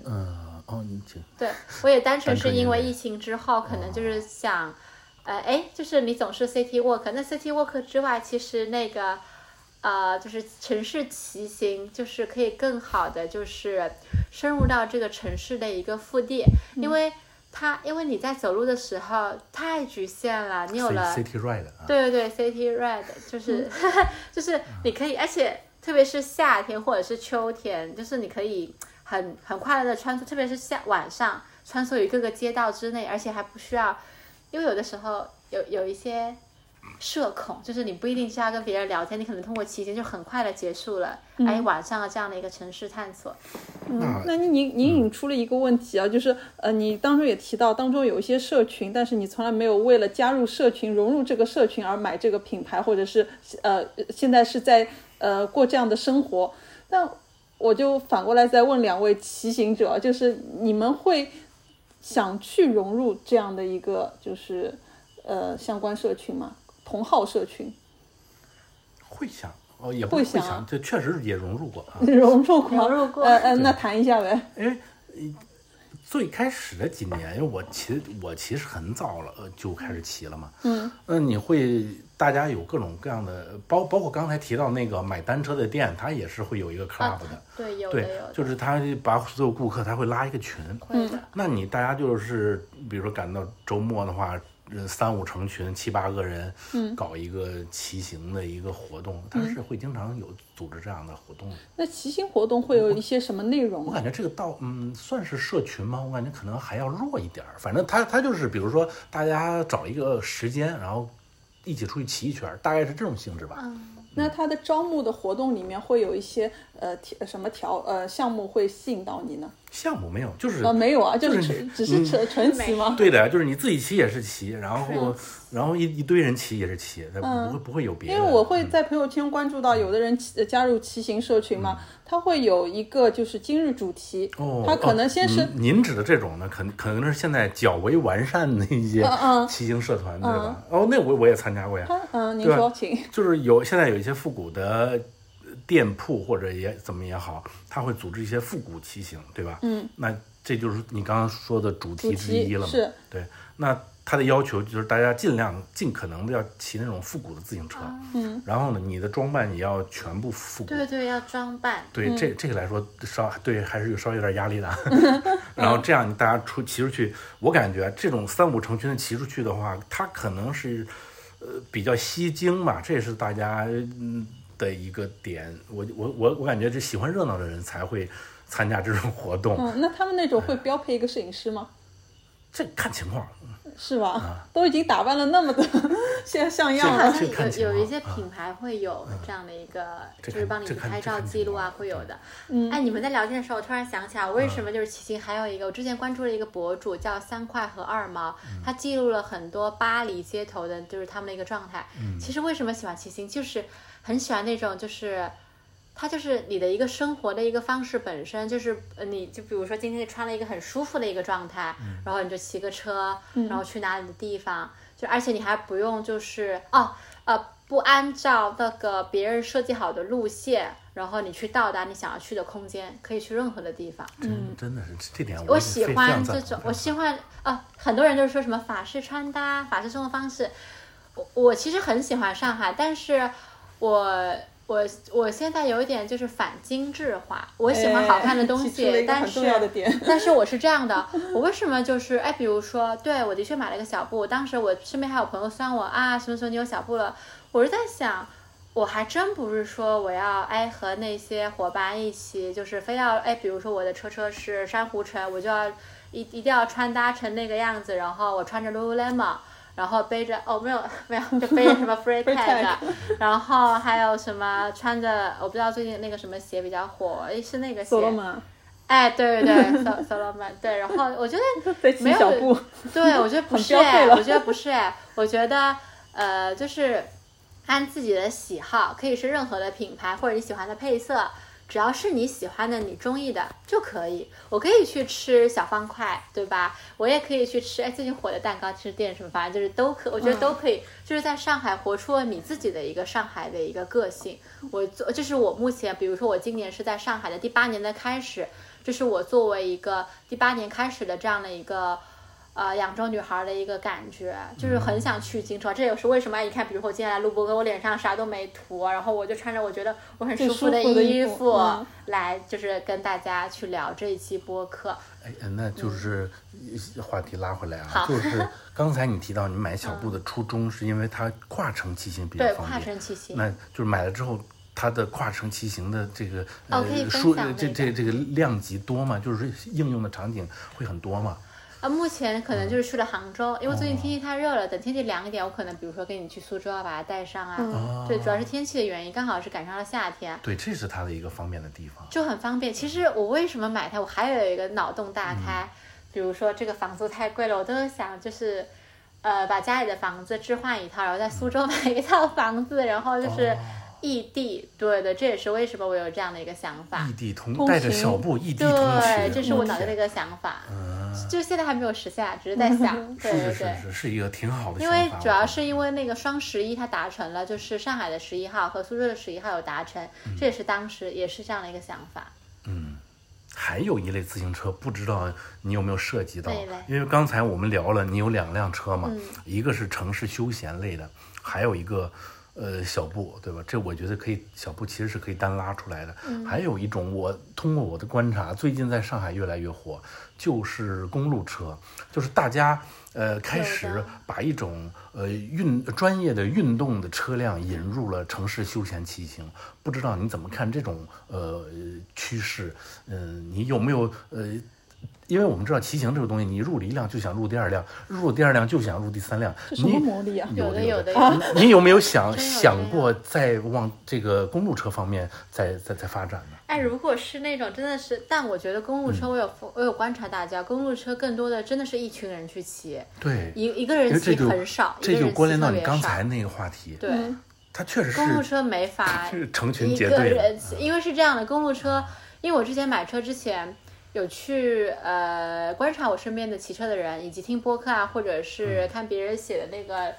Speaker 3: 哦，你请
Speaker 4: 对我也单
Speaker 3: 单
Speaker 4: 纯
Speaker 3: 纯
Speaker 4: 是
Speaker 3: 因
Speaker 4: 因为
Speaker 3: 为
Speaker 4: 疫情之后，可能就是想，呃，哎，就是你总是 city walk，那 city walk 之外，其实那个，呃，就是城市骑行，就是可以更好的就是深入到这个城市的一个腹地，因为它因为你在走路的时候太局限了，你有
Speaker 3: C
Speaker 4: 了
Speaker 3: C T Ride 啊，
Speaker 4: 对对对，City Red 就是、 就是你可以，而且特别是夏天或者是秋天，就是你可以很很快乐的穿梭，特别是夏晚上穿梭于各个街道之内，而且还不需要，因为有的时候有有一些社恐，就是你不一定是要跟别人聊天，你可能通过骑行就很快的结束了，哎，
Speaker 3: 嗯
Speaker 4: 晚上的这样的一个城市探索，
Speaker 3: 那
Speaker 2: 那您您您引出了一个问题啊，就是呃，你当中也提到，当中有一些社群，但是你从来没有为了加入社群、融入这个社群而买这个品牌，或者是呃，现在是在呃过这样的生活。但我就反过来再问两位骑行者，就是你们会想去融入这样的一个就是呃相关社群吗？同号社群
Speaker 3: 会想哦，也不是
Speaker 2: 会
Speaker 3: 会
Speaker 2: 想啊
Speaker 3: 想，这确实也融入过
Speaker 4: 嗯
Speaker 3: 啊。
Speaker 2: 融入过，
Speaker 4: 融入过
Speaker 2: 呃呃，那谈一下呗。
Speaker 3: 因为呃最开始的几年，因为我骑我其实很早了呃就开始骑了嘛，嗯，那你会大家有各种各样的，包包括刚才提到那个买单车的店，它也是会有一个
Speaker 4: 啊
Speaker 3: club 的，
Speaker 4: 对，有的
Speaker 3: 对
Speaker 4: 有的，
Speaker 3: 就是他把所有顾客他会拉一个群，
Speaker 4: 会的。
Speaker 3: 那你大家就是比如说赶到周末的话，呃三五成群七八个人，
Speaker 4: 嗯
Speaker 3: 搞一个骑行的一个活动，他是会经常有组织这样的活动的。
Speaker 2: 那骑行活动会有一些什么内容
Speaker 3: 我
Speaker 2: 啊？
Speaker 3: 感觉这个倒嗯算是社群吗？我感觉可能还要弱一点儿。反正他他就是比如说大家找一个时间，然后一起出去骑一圈儿，大概是这种性质吧。
Speaker 4: 嗯
Speaker 2: 那它的招募的活动里面会有一些呃条什么条呃项目会吸引到你呢？
Speaker 3: 项目没有，就是
Speaker 2: 呃，
Speaker 4: 哦
Speaker 2: 没有啊，就是
Speaker 3: 就是
Speaker 2: 纯
Speaker 3: 嗯
Speaker 2: 只是纯纯骑吗？
Speaker 3: 对的呀，就是你自己骑也是骑，然后然后一一堆人骑也是骑，但不会不会有
Speaker 2: 嗯
Speaker 3: 别
Speaker 2: 因
Speaker 3: 的。
Speaker 2: 为我会在朋友圈关注到有的人骑呃加入骑行社群嘛，他会有一个就是今日主题
Speaker 3: 嗯哦，，
Speaker 2: 他可能先是
Speaker 3: 哦您您指的这种呢，可能可能是现在较为完善的一些
Speaker 2: 嗯嗯
Speaker 3: 骑行社团，对吧？哦，那我我也参加过呀，
Speaker 2: 他嗯，您
Speaker 3: 对吧啊
Speaker 2: 说请
Speaker 3: 就是有现在有一些复古的呃店铺或者也怎么也好，他会组织一些复古骑行，对吧？嗯，那这就是你刚刚说的主
Speaker 2: 主
Speaker 3: 题之一
Speaker 2: 题
Speaker 3: 了嘛？
Speaker 2: 是
Speaker 3: 对，那他的要求就是大家尽量尽可能的要骑那种复古的自行车，
Speaker 2: 啊
Speaker 3: 嗯，然后呢，你的装扮也要全部复古，
Speaker 4: 对对，要装扮。
Speaker 3: 对，这这个来说稍对还是有稍微有点压力的。 然后这样大家出骑出去，我感觉这种三五成群的骑出去的话，它可能是呃比较吸睛吧，这也是大家嗯的一个点。我我我我感觉这喜欢热闹的人才会参加这种活动，
Speaker 2: 嗯，那他们那种会标配一个摄影师吗？
Speaker 3: 这看情况。
Speaker 2: 是吧？
Speaker 3: 啊
Speaker 2: 都已经打扮了那么的 像像样
Speaker 4: 好
Speaker 2: 了，
Speaker 3: 这看
Speaker 4: 像
Speaker 3: 情
Speaker 4: 有
Speaker 3: 况啊嗯
Speaker 4: 有一些品牌会有这样的一个，
Speaker 3: 这
Speaker 4: 就是
Speaker 3: 看
Speaker 4: 帮你
Speaker 3: 这看
Speaker 4: 拍
Speaker 3: 这看
Speaker 4: 照
Speaker 3: 情
Speaker 4: 记录啊，
Speaker 3: 况嗯
Speaker 4: 会有的。哎，你们在聊天的时候，我突然想起来，我为什么就是骑行还有一个，我之前关注了一个博主叫三块和二毛，
Speaker 3: 嗯
Speaker 4: 他记录了很多巴黎街头的，就是他们的一个状态。
Speaker 3: 嗯
Speaker 4: 其实为什么喜欢骑行，就是很喜欢那种就是。它就是你的一个生活的一个方式本身，就是呃，你就比如说今天穿了一个很舒服的一个状态，然后你就骑个车，然后去哪里的地方，就而且你还不用就是哦呃不按照那个别人设计好的路线，然后你去到达你想要去的空间，可以去任何的地方。
Speaker 3: 真真的是这点
Speaker 4: 嗯我
Speaker 3: 也
Speaker 4: 喜
Speaker 3: 非
Speaker 4: 欢
Speaker 3: 常
Speaker 4: 这
Speaker 3: 赞
Speaker 4: 种，
Speaker 3: 同
Speaker 4: 我喜欢啊，很多人就是说什么法式穿搭、法式生活方式，我我其实很喜欢上海，但是我我我现在有一点就是反精致化，我喜欢好看的东
Speaker 2: 哎提出了一
Speaker 4: 西，
Speaker 2: 个
Speaker 4: 但
Speaker 2: 很
Speaker 4: 是
Speaker 2: 重要的点
Speaker 4: 但是我是这样的，我为什么就是哎，比如说，对我的确买了一个小布，当时我身边还有朋友酸我啊，什么时候你有小布了？我是在想。我还真不是说我要哎和那些伙伴一起，就是非要哎，比如说我的车车是珊瑚橙，我就要一一定要穿搭成那个样子，然后我穿着 lululemon，然后背着哦没有没有，就背着什么 free
Speaker 2: Free
Speaker 4: tag，
Speaker 2: tag
Speaker 4: 然后还有什么穿着我不知道最近那个什么鞋比较火，哎是那个鞋
Speaker 2: 走了吗？
Speaker 4: 哎，对对对，扫扫老板，对，然后我觉得
Speaker 2: 在骑
Speaker 4: 没有
Speaker 2: 小步，
Speaker 4: 对，我觉得不是、
Speaker 2: 很标配
Speaker 4: 哎，
Speaker 2: 了
Speaker 4: 我觉得不是、哎，我觉得呃，就是按自己的喜好，可以是任何的品牌或者你喜欢的配色，只要是你喜欢的、你中意的就可以。我可以去吃小方块，对吧？我也可以去吃哎最近火的蛋糕吃店什么，反正就是都可，我觉得
Speaker 2: 嗯
Speaker 4: 都可以，就是在上海活出了你自己的一个上海的一个个性。我做，这是我目前，比如说我今年是在上海的第八年的开始。这是我作为一个第八年开始的这样的一个呃扬州女孩的一个感觉，就是很想去京城。这也是为什么你看，比如说我今天来录播客，我脸上啥都没涂，然后我就穿着我觉得我很
Speaker 2: 最
Speaker 4: 舒服
Speaker 2: 舒服的
Speaker 4: 衣
Speaker 2: 衣服嗯
Speaker 4: 来，就是跟大家去聊这一期播客。
Speaker 3: 哎，呃那就是呃话题拉回来啊，
Speaker 4: 嗯好嗯
Speaker 3: 就是刚才你提到你买小布的初衷是因为它跨城骑行比较
Speaker 4: 对，
Speaker 3: 方
Speaker 4: 跨
Speaker 3: 便，
Speaker 4: 城骑行。
Speaker 3: 那就是买了之后，它的跨城骑行的这个呃
Speaker 4: 哦可以分享
Speaker 3: 数
Speaker 4: 那个
Speaker 3: 这这这个量级多吗？就是应用的场景会很多吗？
Speaker 4: 啊，目前可能就是去了杭州，因为最近天气太热了，等天气凉一点，我可能比如说跟你去苏州啊，把它带上啊。
Speaker 3: 哦
Speaker 4: 对，主要是天气的原因，刚好是赶上了夏天。
Speaker 3: 对，这是它的一个方便的地方。
Speaker 4: 就很方便。其实我为什么买它，我还有一个脑洞大开，
Speaker 3: 嗯
Speaker 4: 比如说这个房租太贵了，我都想就是，呃，把家里的房子置换一套，然后在苏州买一套房子，然后
Speaker 3: 哦
Speaker 4: 就是异地。对对，这也是为什么我有这样的一个想法
Speaker 3: 异。地同
Speaker 2: 通
Speaker 3: 带着
Speaker 2: 勤
Speaker 3: 小布异地同学，
Speaker 4: 对，这是我脑袋的一
Speaker 3: 个。
Speaker 4: 个想法，
Speaker 3: 嗯，
Speaker 4: 就现在还没有实现啊，只是在 想。对
Speaker 3: 是是
Speaker 4: 对
Speaker 3: 是
Speaker 4: 对。
Speaker 3: 是是一个挺好的想
Speaker 4: 因
Speaker 3: 法。啊
Speaker 4: 为主要
Speaker 3: 我
Speaker 4: 是因为那个双十一它达成了，就是上海的十一号和苏州的十一号有达成，
Speaker 3: 嗯
Speaker 4: 这也是当时也是这样的一个想法。
Speaker 3: 还有一类自行车，不知道你有没有涉及到
Speaker 4: 哪一类？
Speaker 3: 因为刚才我们聊了，你有两辆车嘛，
Speaker 4: 嗯
Speaker 3: 一个是城市休闲类的，还有一个呃小布，对吧？这我觉得可以，小布其实是可以单拉出来的。
Speaker 4: 嗯
Speaker 3: 还有一种，我通过我的观察，最近在上海越来越火，就是公路车，就是大家呃开
Speaker 4: 有
Speaker 3: 始
Speaker 4: 的
Speaker 3: 把一种呃运专业的运动的车辆引入了城市休闲骑行，不知道你怎么看这种呃趋势？嗯、你有没有呃？因为我们知道骑行这个东西，你入了一辆就想入第二辆，入了第二辆就想入第三辆，
Speaker 2: 这什么
Speaker 3: 你
Speaker 2: 魔力啊？
Speaker 4: 有的有
Speaker 3: 有
Speaker 4: 的有
Speaker 3: 的。你你有没有想
Speaker 4: 真有
Speaker 3: 想
Speaker 4: 这样
Speaker 3: 过再往这个公路车方面再再再发展呢？
Speaker 4: 哎，如果是那种真的是，但我觉得公路
Speaker 3: 嗯
Speaker 4: 车，我有、我有观察大家，公路车更多的真的是一群人去骑，
Speaker 3: 对，
Speaker 4: 一一个人
Speaker 3: 因为
Speaker 4: 骑
Speaker 3: 哎这就
Speaker 4: 很少，一
Speaker 3: 这
Speaker 4: 个
Speaker 3: 就
Speaker 4: 人骑
Speaker 3: 关联到
Speaker 4: 特
Speaker 3: 你
Speaker 4: 别
Speaker 3: 刚
Speaker 4: 少
Speaker 3: 才那个话题，
Speaker 4: 对。
Speaker 2: 嗯
Speaker 3: 它确实是
Speaker 4: 公路车没法
Speaker 3: 是成群
Speaker 4: 一
Speaker 3: 结
Speaker 4: 个
Speaker 3: 队的嗯
Speaker 4: 人，，因为是这样的，公路车，因为我之前买车之前有去呃观察我身边的骑车的人，以及听播客啊，或者
Speaker 3: 嗯
Speaker 4: 是看别人写的那
Speaker 3: 嗯
Speaker 4: 个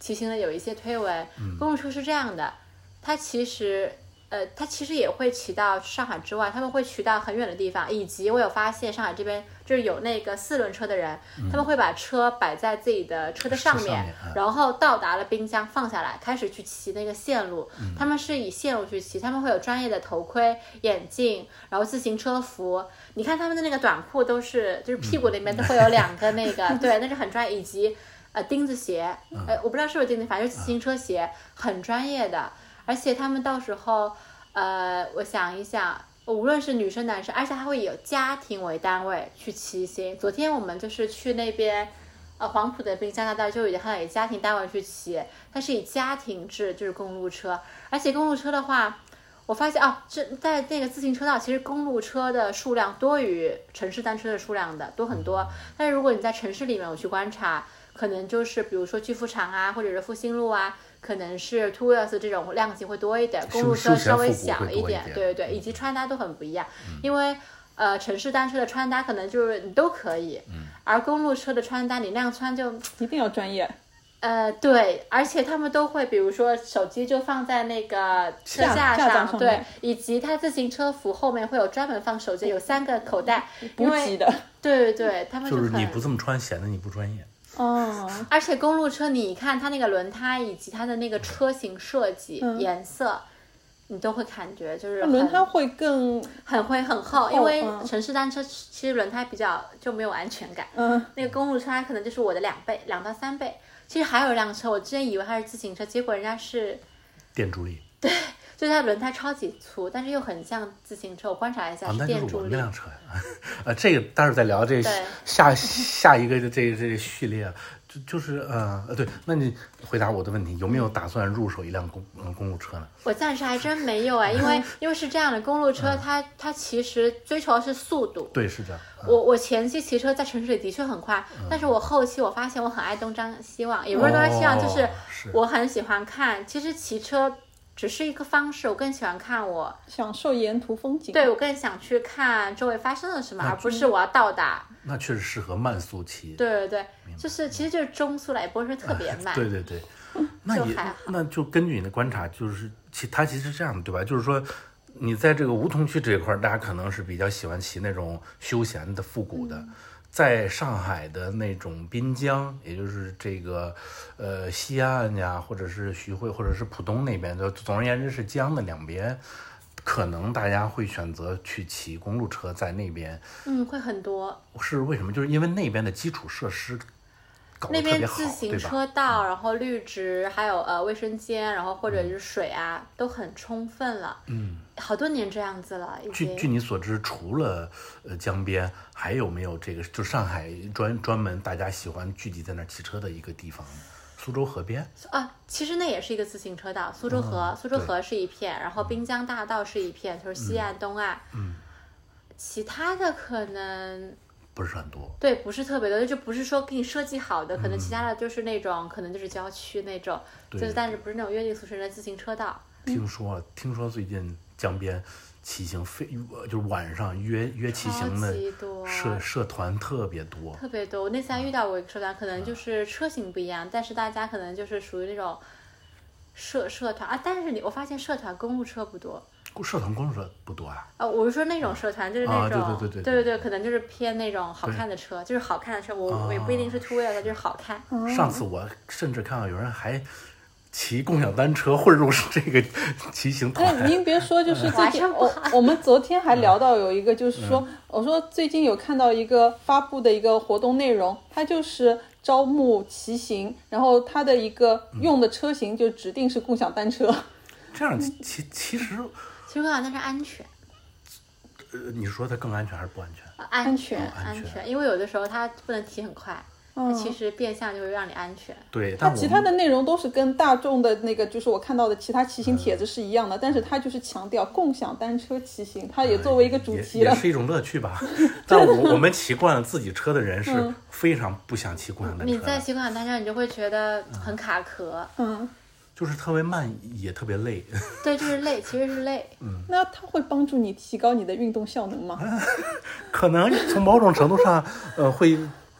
Speaker 4: 骑行的有一些推文，公路车是这样的，它其实。呃，它其实也会骑到上海之外，他们会骑到很远的地方，以及我有发现上海这边就是有那个四轮车的人，他们会把车摆在自己的车的上面，
Speaker 3: 车上面嗯
Speaker 4: 然后到达了滨江放下来，开始去骑那个线路。他们是以线路去骑，他们会有专业的头盔、眼镜，然后自行车服。你看他们的那个短裤都是，就是屁股那边都会有两个那个，对，那是很专业，以及呃钉子鞋，呃，我不知道是不是钉子，反正就是自行车鞋，很专业的。而且他们到时候，呃，我想一想，无论是女生男生，而且还会以家庭为单位去骑行。昨天我们就是去那边，呃，黄埔的滨江大道就已经还有以家庭单位去骑，它是以家庭制，就是公路车。而且公路车的话，我发现哦，这在那个自行车道，其实公路车的数量多于城市单车的数量的多很
Speaker 3: 嗯
Speaker 4: 多。但是如果你在城市里面，我去观察，可能就是比如说巨富场啊，或者是复兴路啊，可能是 two wheels 这种量级会多一点，公路车
Speaker 3: 休闲
Speaker 4: 稍微
Speaker 3: 复古
Speaker 4: 小
Speaker 3: 会多一点
Speaker 4: 点，
Speaker 3: 嗯
Speaker 4: 对对对，以及穿搭都很不一样，因为。呃，城市单车的穿搭可能就是你都可以，而公路车的穿搭你那样穿就
Speaker 2: 一定要专业。
Speaker 4: 呃，对，而且他们都会，比如说手机就放在那个车
Speaker 2: 架
Speaker 4: 架
Speaker 2: 架
Speaker 4: 上，
Speaker 2: 上
Speaker 4: 对
Speaker 2: 面，
Speaker 4: 以及他自行车服后面会有专门放手机，有三个口袋，
Speaker 2: 补
Speaker 4: 因为
Speaker 2: 给的，
Speaker 4: 对对对，他们
Speaker 3: 就是
Speaker 4: 很
Speaker 3: 你不这么穿，显得你不专业。
Speaker 2: 哦，
Speaker 4: 而且公路车，你看它那个轮胎以及它的那个车型设计、
Speaker 2: 嗯
Speaker 4: 颜色，你都会感觉就是
Speaker 2: 那轮
Speaker 4: 很
Speaker 2: 胎会更，
Speaker 4: 很会很厚，因为
Speaker 2: 嗯
Speaker 4: 城市单车其实轮胎比较就没有安全感。
Speaker 2: 嗯，
Speaker 4: 那个公路车它可能就是我的两倍，两到三倍。其实还有一辆车，我之前以为它是自行车，结果人家是
Speaker 3: 电助力
Speaker 4: 就是它轮胎超级粗，但是又很像自行车。我观察了一下
Speaker 3: 啊，
Speaker 4: 是
Speaker 3: 那就是
Speaker 4: 电
Speaker 3: 我
Speaker 4: 助
Speaker 3: 们
Speaker 4: 力
Speaker 3: 那。辆车呀。啊，这个待会儿再聊这
Speaker 4: 对
Speaker 3: 下下一个这这这序列啊，就就是呃呃对，那你回答我的问题，有没
Speaker 4: 嗯
Speaker 3: 有打算入手一辆公呃公路车呢？
Speaker 4: 我暂时还真没有 哎，因为因为是这样的，公路
Speaker 3: 嗯
Speaker 4: 车它它其实追求的是速度。
Speaker 3: 对，是这样。啊
Speaker 4: 我我前期骑车在城市里的确很快，
Speaker 3: 嗯
Speaker 4: 但是我后期我发现我很爱东张西望，也不是东张西望，
Speaker 3: 哦
Speaker 4: 就是
Speaker 3: 是
Speaker 4: 我很喜欢看。其实骑车只是一个方式，我更喜欢看我
Speaker 2: 享受沿途风景。
Speaker 4: 对，我更想去看周围发生了什
Speaker 3: 啊
Speaker 4: 么，而不是我要到达。
Speaker 3: 那确实适合慢速骑。
Speaker 4: 对对对，就是其实就是中速了，也不会说特别慢。
Speaker 3: 啊对对对， 那
Speaker 4: 就
Speaker 3: 也
Speaker 4: 还好
Speaker 3: 那就根据你的观察，就是其它其实是这样的，对吧？就是说。你在这个梧桐区这一块儿，大家可能是比较喜欢骑那种休闲的、复古的，
Speaker 4: 嗯
Speaker 3: 在上海的那种滨江，也就是这个，呃，西岸呀，或者是徐汇，或者是浦东那边，就总而言之是江的两边，可能大家会选择去骑公路车在那边，
Speaker 4: 嗯，会很多。
Speaker 3: 是为什么？就是因为那边的基础设施搞
Speaker 4: 那
Speaker 3: 得特
Speaker 4: 边
Speaker 3: 别好，
Speaker 4: 自行
Speaker 3: 对吧？嗯
Speaker 4: 车道，然后绿植，还有呃卫生间，然后或者是水啊，都很充分了。嗯，好多年这样子了，已
Speaker 3: 据据
Speaker 4: 经。
Speaker 3: 你所知，除了呃江边，还有没有这个就上海专专门大家喜欢聚集在那儿骑车的一个地方呢？苏州河边，
Speaker 4: 啊，其实那也是一个自行车道，苏州河，
Speaker 3: 嗯
Speaker 4: 苏州
Speaker 3: 对
Speaker 4: 河是一片，然后滨江大道是一片，就是西岸、东岸。
Speaker 3: 嗯，
Speaker 4: 其他的可能
Speaker 3: 不是很多。
Speaker 4: 对不是特别多，就不是说给你设计好的，可能其他的就是那种，可能就是郊区那种，就
Speaker 3: 嗯对
Speaker 4: 是但是不是那种约定俗成的自行车道。
Speaker 3: 听说听说最近江边骑行非呃就是晚上约约骑行
Speaker 4: 超
Speaker 3: 的
Speaker 4: 级多
Speaker 3: 社社团特别多，
Speaker 4: 特别多。我那次还遇到过一个社团，可
Speaker 3: 嗯
Speaker 4: 能就是车型不一样，但是大家可能就是属于那种社社团啊。但是你我发现社团公路车不多
Speaker 3: 社团公路车不多啊。
Speaker 4: 啊，我是说那种社团，就是那
Speaker 3: 啊对
Speaker 4: 种、
Speaker 3: 对
Speaker 4: 对
Speaker 3: 对对对
Speaker 4: 对可能就是偏那种好看的车，就是好看的车，我、
Speaker 3: 啊
Speaker 4: 我也不一定是 two wheel 的，就是好看。
Speaker 3: 上次我甚至看到有人还骑共享单车混入这个骑行团。
Speaker 2: 但您别说，就是最近
Speaker 4: 嗯
Speaker 2: 我我们昨天还聊到有一个，就是说，我说最近有看到一个发布的一个活动内容，它就是招募骑行，然后它的一个用的车型就指定是共享单车。
Speaker 3: 这样其其实，
Speaker 4: 其实我想但是安全。
Speaker 3: 呃，你说它更安全还是不安全？
Speaker 4: 啊安全
Speaker 3: 哦安
Speaker 4: 安
Speaker 3: 全
Speaker 4: 全，因为有的时候它不能提很快，它
Speaker 2: 嗯
Speaker 4: 其实变相就会让你安全。
Speaker 3: 对，
Speaker 2: 它
Speaker 3: 但我
Speaker 2: 其他的内容都是跟大众的那个，就是我看到的其他骑行帖子是一样的，但是它就是强调共享单车骑行，它也作为一个主题
Speaker 3: 也
Speaker 2: 了
Speaker 3: 也。是一种乐趣吧。但我我们骑惯了自己车的人是
Speaker 2: 嗯
Speaker 3: 非常不想骑共享单车
Speaker 4: 你在
Speaker 3: 的，
Speaker 4: 骑共享单车，你就会觉得很卡壳，
Speaker 2: 嗯，
Speaker 3: 就是特别慢也特别累。
Speaker 4: 对，就是累，其实是累。
Speaker 3: 嗯
Speaker 2: 那它会帮助你提高你的运动效能吗？
Speaker 3: 可能从某种程度上，呃，会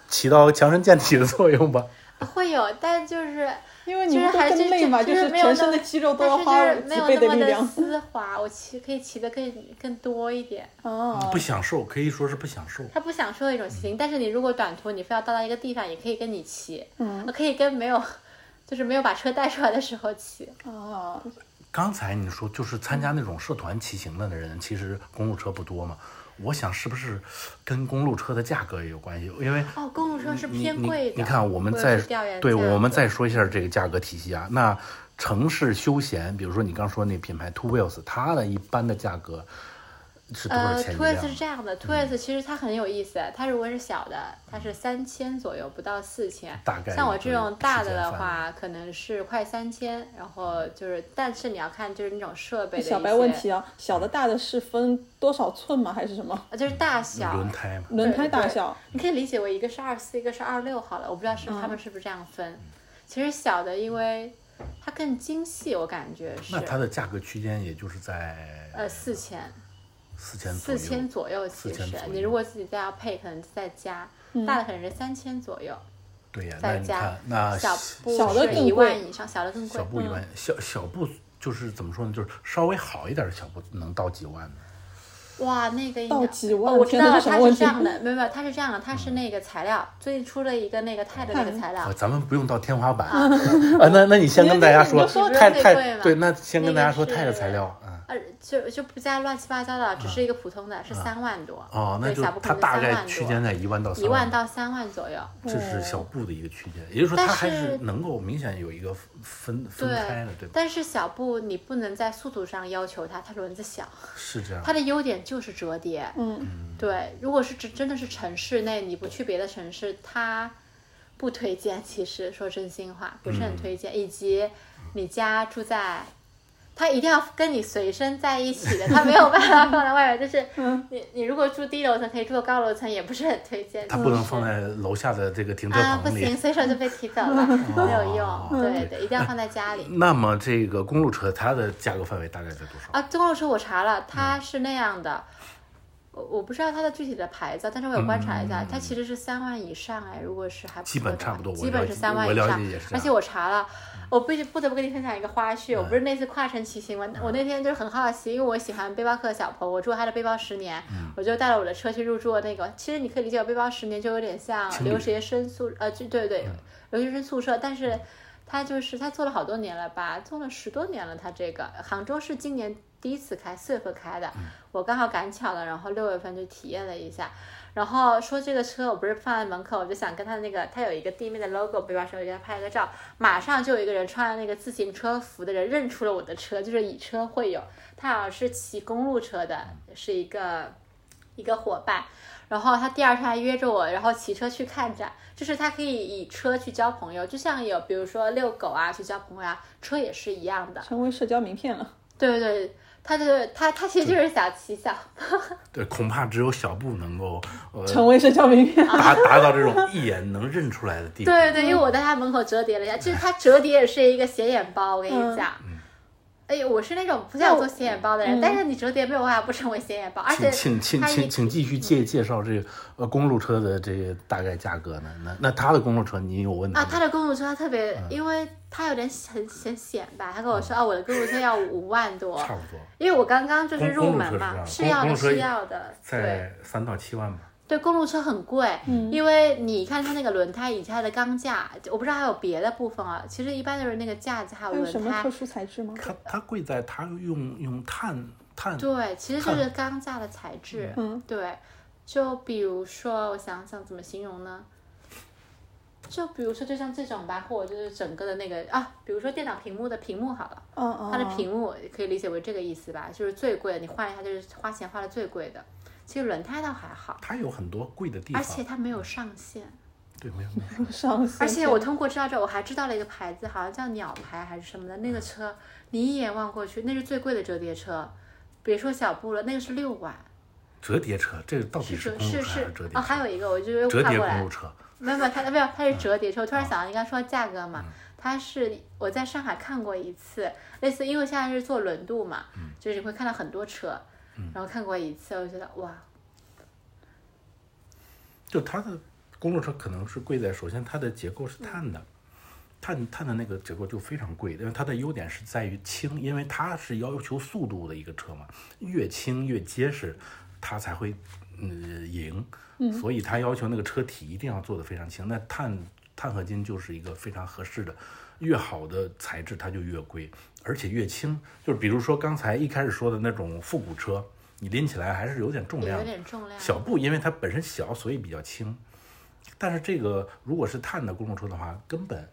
Speaker 3: 起到强身健体的作用吧。
Speaker 4: 会有，但就是
Speaker 2: 因为你
Speaker 4: 就是
Speaker 2: 们都
Speaker 4: 还
Speaker 2: 更
Speaker 4: 是
Speaker 2: 累嘛，
Speaker 4: 就
Speaker 2: 就是
Speaker 4: 没有
Speaker 2: 全
Speaker 4: 那
Speaker 2: 身
Speaker 4: 么
Speaker 2: 的肌肉都
Speaker 4: 但
Speaker 2: 要
Speaker 4: 是
Speaker 2: 花
Speaker 4: 就是没
Speaker 2: 几
Speaker 4: 有
Speaker 2: 倍
Speaker 4: 那么
Speaker 2: 力
Speaker 4: 的
Speaker 2: 量。
Speaker 4: 丝滑，我骑可以骑得更更多一点。
Speaker 2: 哦，
Speaker 3: 不享受，可以说是不享受。
Speaker 4: 它不享受的一种骑
Speaker 3: 嗯
Speaker 4: 行，但是你如果短途你非要到达一个地方，也可以跟你骑，
Speaker 2: 嗯
Speaker 4: 可以跟没有，就是没有把车带出来的时候骑。
Speaker 3: 嗯
Speaker 2: 哦，
Speaker 3: 刚才你说就是参加那种社团骑行的人，其实公路车不多嘛。我想是不是跟公路车的价格也有关系？因为
Speaker 4: 哦，公路车是
Speaker 3: 你
Speaker 4: 偏
Speaker 3: 你
Speaker 4: 贵的。
Speaker 3: 你看，我们
Speaker 4: 或者
Speaker 3: 再
Speaker 4: 是调研
Speaker 3: 对
Speaker 4: 价
Speaker 3: 我们
Speaker 4: 格
Speaker 3: 再说一下这个价格体系啊。那城市休闲，比如说你刚说那品牌 Two Wheels，它的一般的价格是多少
Speaker 4: 呃
Speaker 3: 钱一辆嗯
Speaker 4: ，Twice 是这样的，Twice 其实它很有意思，它如果是小的，它是三千左右，不到四千。
Speaker 3: 大概
Speaker 4: 像我
Speaker 3: 一个
Speaker 4: 这种大
Speaker 3: 时
Speaker 4: 的
Speaker 3: 间
Speaker 4: 的
Speaker 3: 范
Speaker 4: 话，可能是快三千，然后就是，但是你要看就是那种设备的
Speaker 2: 小
Speaker 4: 一
Speaker 2: 白
Speaker 4: 些
Speaker 2: 问题啊，小的大的是分多少寸吗？还是什么
Speaker 4: 呃就是大小。
Speaker 3: 轮胎嘛？
Speaker 2: 轮胎大
Speaker 4: 对
Speaker 2: 小？
Speaker 4: 你可以理解为一个是二四，一个是二六好了。我不知道是不
Speaker 2: 嗯
Speaker 4: 是他们是不是这样分。其实小的，因为它更精细，我感觉是
Speaker 3: 那它的价格区间也就是在
Speaker 4: 呃四千
Speaker 3: 四千左
Speaker 4: 四
Speaker 3: 右。
Speaker 4: 千左右。其
Speaker 3: 4000
Speaker 4: 实
Speaker 3: 左右
Speaker 4: 你如果自己再要配，可能再加、
Speaker 2: 嗯
Speaker 4: 大的可能是三千左右，
Speaker 3: 对呀、那
Speaker 4: 再
Speaker 3: 你
Speaker 4: 加
Speaker 3: 看那
Speaker 4: 小嗯布
Speaker 2: 小的
Speaker 4: 是
Speaker 2: 更
Speaker 4: 一
Speaker 2: 贵
Speaker 4: 万以上，小的更贵
Speaker 3: 小。布一般，小小布就是怎么说呢？就是稍微好一点的小布能到几万呢？
Speaker 4: 哇，那个应该
Speaker 2: 到几万
Speaker 4: 哦我知道
Speaker 2: 天哪
Speaker 4: 了，
Speaker 2: 这什么
Speaker 4: 它是
Speaker 2: 问题
Speaker 4: 这样的，没有没有，它是这样的，它是那个材料，最近出了一个那个钛的那个材料
Speaker 3: 啊，，咱们不用到天花板 啊。那那你先跟大家
Speaker 2: 你
Speaker 3: 说
Speaker 2: 就说，
Speaker 3: 太
Speaker 4: 最贵
Speaker 3: 太
Speaker 4: 嘛
Speaker 3: 对，那先跟
Speaker 4: 那
Speaker 3: 大
Speaker 4: 个
Speaker 3: 家说
Speaker 4: 是
Speaker 3: 钛的材料啊。
Speaker 4: 呃，就就不加乱七八糟的，只是一个普通的，是三万多。
Speaker 3: 哦，那
Speaker 4: 对
Speaker 3: 就
Speaker 4: 小布可
Speaker 3: 它
Speaker 4: 能
Speaker 3: 大
Speaker 4: 三
Speaker 3: 概
Speaker 4: 万
Speaker 3: 区
Speaker 4: 多
Speaker 3: 间在一万到
Speaker 4: 一
Speaker 3: 三
Speaker 4: 万，到三万左右。
Speaker 3: 这是小布的一个区间，也就是说
Speaker 4: 但
Speaker 3: 它还
Speaker 4: 是
Speaker 3: 是能够明显有一个分分开的，对吧？
Speaker 4: 但是小布你不能在速度上要求它，它轮子小，
Speaker 3: 是这样
Speaker 4: 它。的优点就是折叠。
Speaker 2: 嗯，
Speaker 4: 对，如果是真真的是城市内，你不去别的城市，它不推荐。其实说真心话，不是
Speaker 3: 嗯
Speaker 4: 很推荐。以及你家住在，它一定要跟你随身在一起的，它没有办法放在外面。就是你你如果住低楼层，可以住到高楼层，也不是很推荐。
Speaker 3: 它不能
Speaker 4: 嗯就是
Speaker 3: 放在楼下的这个停车
Speaker 4: 啊，不
Speaker 3: 棚里
Speaker 4: 行，。随手就被提走 了，没有用。对对，一定要放在家里。
Speaker 3: 那么这个公路车它的价格范围大概在多少？
Speaker 4: 啊，公路车我查了，它是那样的，我我不知道它的具体的牌子，但是我有观察一下，它其实是三万以上哎，如果是还不
Speaker 3: 嗯基
Speaker 4: 错
Speaker 3: 本
Speaker 4: 的
Speaker 3: 差
Speaker 4: 话
Speaker 3: 不多我
Speaker 4: 基
Speaker 3: 了
Speaker 4: 本是
Speaker 3: 解
Speaker 4: 三万
Speaker 3: 我
Speaker 4: 以
Speaker 3: 了
Speaker 4: 上
Speaker 3: 解也是。这
Speaker 4: 而且
Speaker 3: 样嗯
Speaker 4: 我查了，我必须不得不跟你分享一个花絮，我不是那次跨城骑行吗？我那天就是很好奇，因为我喜欢背包客小鹏，我住他的背包十年，
Speaker 3: 嗯
Speaker 4: 我就带了我的车去入住那个，其实你可以理解我背包十年就有点像
Speaker 3: 情侣
Speaker 4: 留学生宿，呃，就对对，
Speaker 3: 嗯
Speaker 4: 留学生宿舍，但是。他就是他做了好多年了吧，做了十多年了。他这个杭州是今年第一次开，四月份开的，
Speaker 3: 嗯
Speaker 4: 我刚好赶巧了，然后六月份就体验了一下。然后说这个车我不是放在门口，我就想跟他那个，他有一个地面的 logo 背包车，我就给他拍了个照。马上就有一个人穿着那个自行车服的人认出了我的车，就是以车会友，他好像是骑公路车的，是一个一个伙伴。然后他第二天还约着我，然后骑车去看展，就是他可以以车去交朋友，就像有比如说遛狗啊去交朋友啊，车也是一样的。
Speaker 2: 成为社交名片了。
Speaker 4: 对对对，他就是他他其实就是想骑小
Speaker 3: 对，恐怕只有小布能够呃
Speaker 2: 成为社交名片，
Speaker 3: 达达到这种一眼能认出来的地步。
Speaker 4: 对对，因为我在他门口折叠了一下，就是他折叠也是一个显眼包，我跟你讲。
Speaker 3: 嗯
Speaker 4: 哎呦，我是那种不想做显眼包的人，但是你折叠没有办法不成为显眼包，而且
Speaker 3: 请嗯请请
Speaker 4: 它嗯一
Speaker 3: 请请继续介介绍这个呃公路车的这个大概价格呢？那那它的公路车你有问题
Speaker 4: 啊，
Speaker 3: 吗？
Speaker 4: 他的公路车它特别，
Speaker 3: 嗯
Speaker 4: 因为他有点显显显摆，他跟我说啊，我的公路车要五万多，
Speaker 3: 差不多
Speaker 4: 因为我刚刚就是
Speaker 3: 公
Speaker 4: 入
Speaker 3: 公路
Speaker 4: 门
Speaker 3: 车
Speaker 4: 嘛，
Speaker 3: 是
Speaker 4: 是
Speaker 3: 这样
Speaker 4: 要
Speaker 3: 公
Speaker 4: 的，
Speaker 3: 公路车
Speaker 4: 是要的，对。
Speaker 3: 在嗯三到七万吧。
Speaker 4: 对，公路车很贵，因为你看它那个轮胎以及它的钢架，我不知道还有别的部分啊。其实一般就是那个架子还有
Speaker 2: 还有
Speaker 4: 轮
Speaker 2: 什么
Speaker 4: 胎
Speaker 2: 特，殊材质吗？
Speaker 3: 它它贵在它用用碳碳
Speaker 4: 对，其实就
Speaker 3: 看
Speaker 4: 是钢架的材质。
Speaker 2: 嗯，
Speaker 4: 对，就比如说，我想想怎么形容呢？就比如说，就像这种吧，或者就是整个的那个啊，比如说电脑屏幕的屏幕好了，
Speaker 2: 嗯嗯，
Speaker 4: 它的屏幕可以理解为这个意思吧，就是最贵的，你换一下就是花钱花的最贵的。其实轮胎倒还好，
Speaker 3: 它有很多贵的地
Speaker 4: 而
Speaker 3: 方。
Speaker 4: 且它没有上限。
Speaker 3: 对，没有。
Speaker 2: 上线，
Speaker 4: 而且我通过知道这，我还知道了一个牌子，好像叫鸟牌还是什么的，那个车你一眼望过去，那是最贵的折叠车，别说小布了，那个是六万。
Speaker 3: 折叠车，这个到底
Speaker 4: 是
Speaker 3: 公路
Speaker 4: 是
Speaker 3: 车还
Speaker 4: 是
Speaker 3: 折叠车？
Speaker 4: 哦，还有一个我就又
Speaker 3: 折
Speaker 4: 跨
Speaker 3: 叠
Speaker 4: 过
Speaker 3: 公嗯
Speaker 4: 来
Speaker 3: 路，车，
Speaker 4: 没有没有，它没有，它是折叠车。我突然想到，你刚说价格嘛，
Speaker 3: 嗯
Speaker 4: 它是我在上海看过一次，类似因为现在是做轮渡嘛，
Speaker 3: 嗯
Speaker 4: 就是你会看到很多车，然后看过一次，我觉得哇，
Speaker 3: 就它的公路车可能是贵在首先它的结构是碳的，碳碳的那个结构就非常贵，因为它的优点是在于轻，因为它是要求速度的一个车嘛，越轻越结实，它才会嗯赢。所以它要求那个车体一定要做得非常轻。那碳碳合金就是一个非常合适的，越好的材质它就越贵，而且越轻。就是比如说刚才一开始说的那种复古车，你拎起来还是有点重
Speaker 4: 也
Speaker 3: 量
Speaker 4: 有
Speaker 3: 的，
Speaker 4: 点重量。
Speaker 3: 小布因为它本身小，所以比较轻。但是这个如果是碳的公路车的话，根本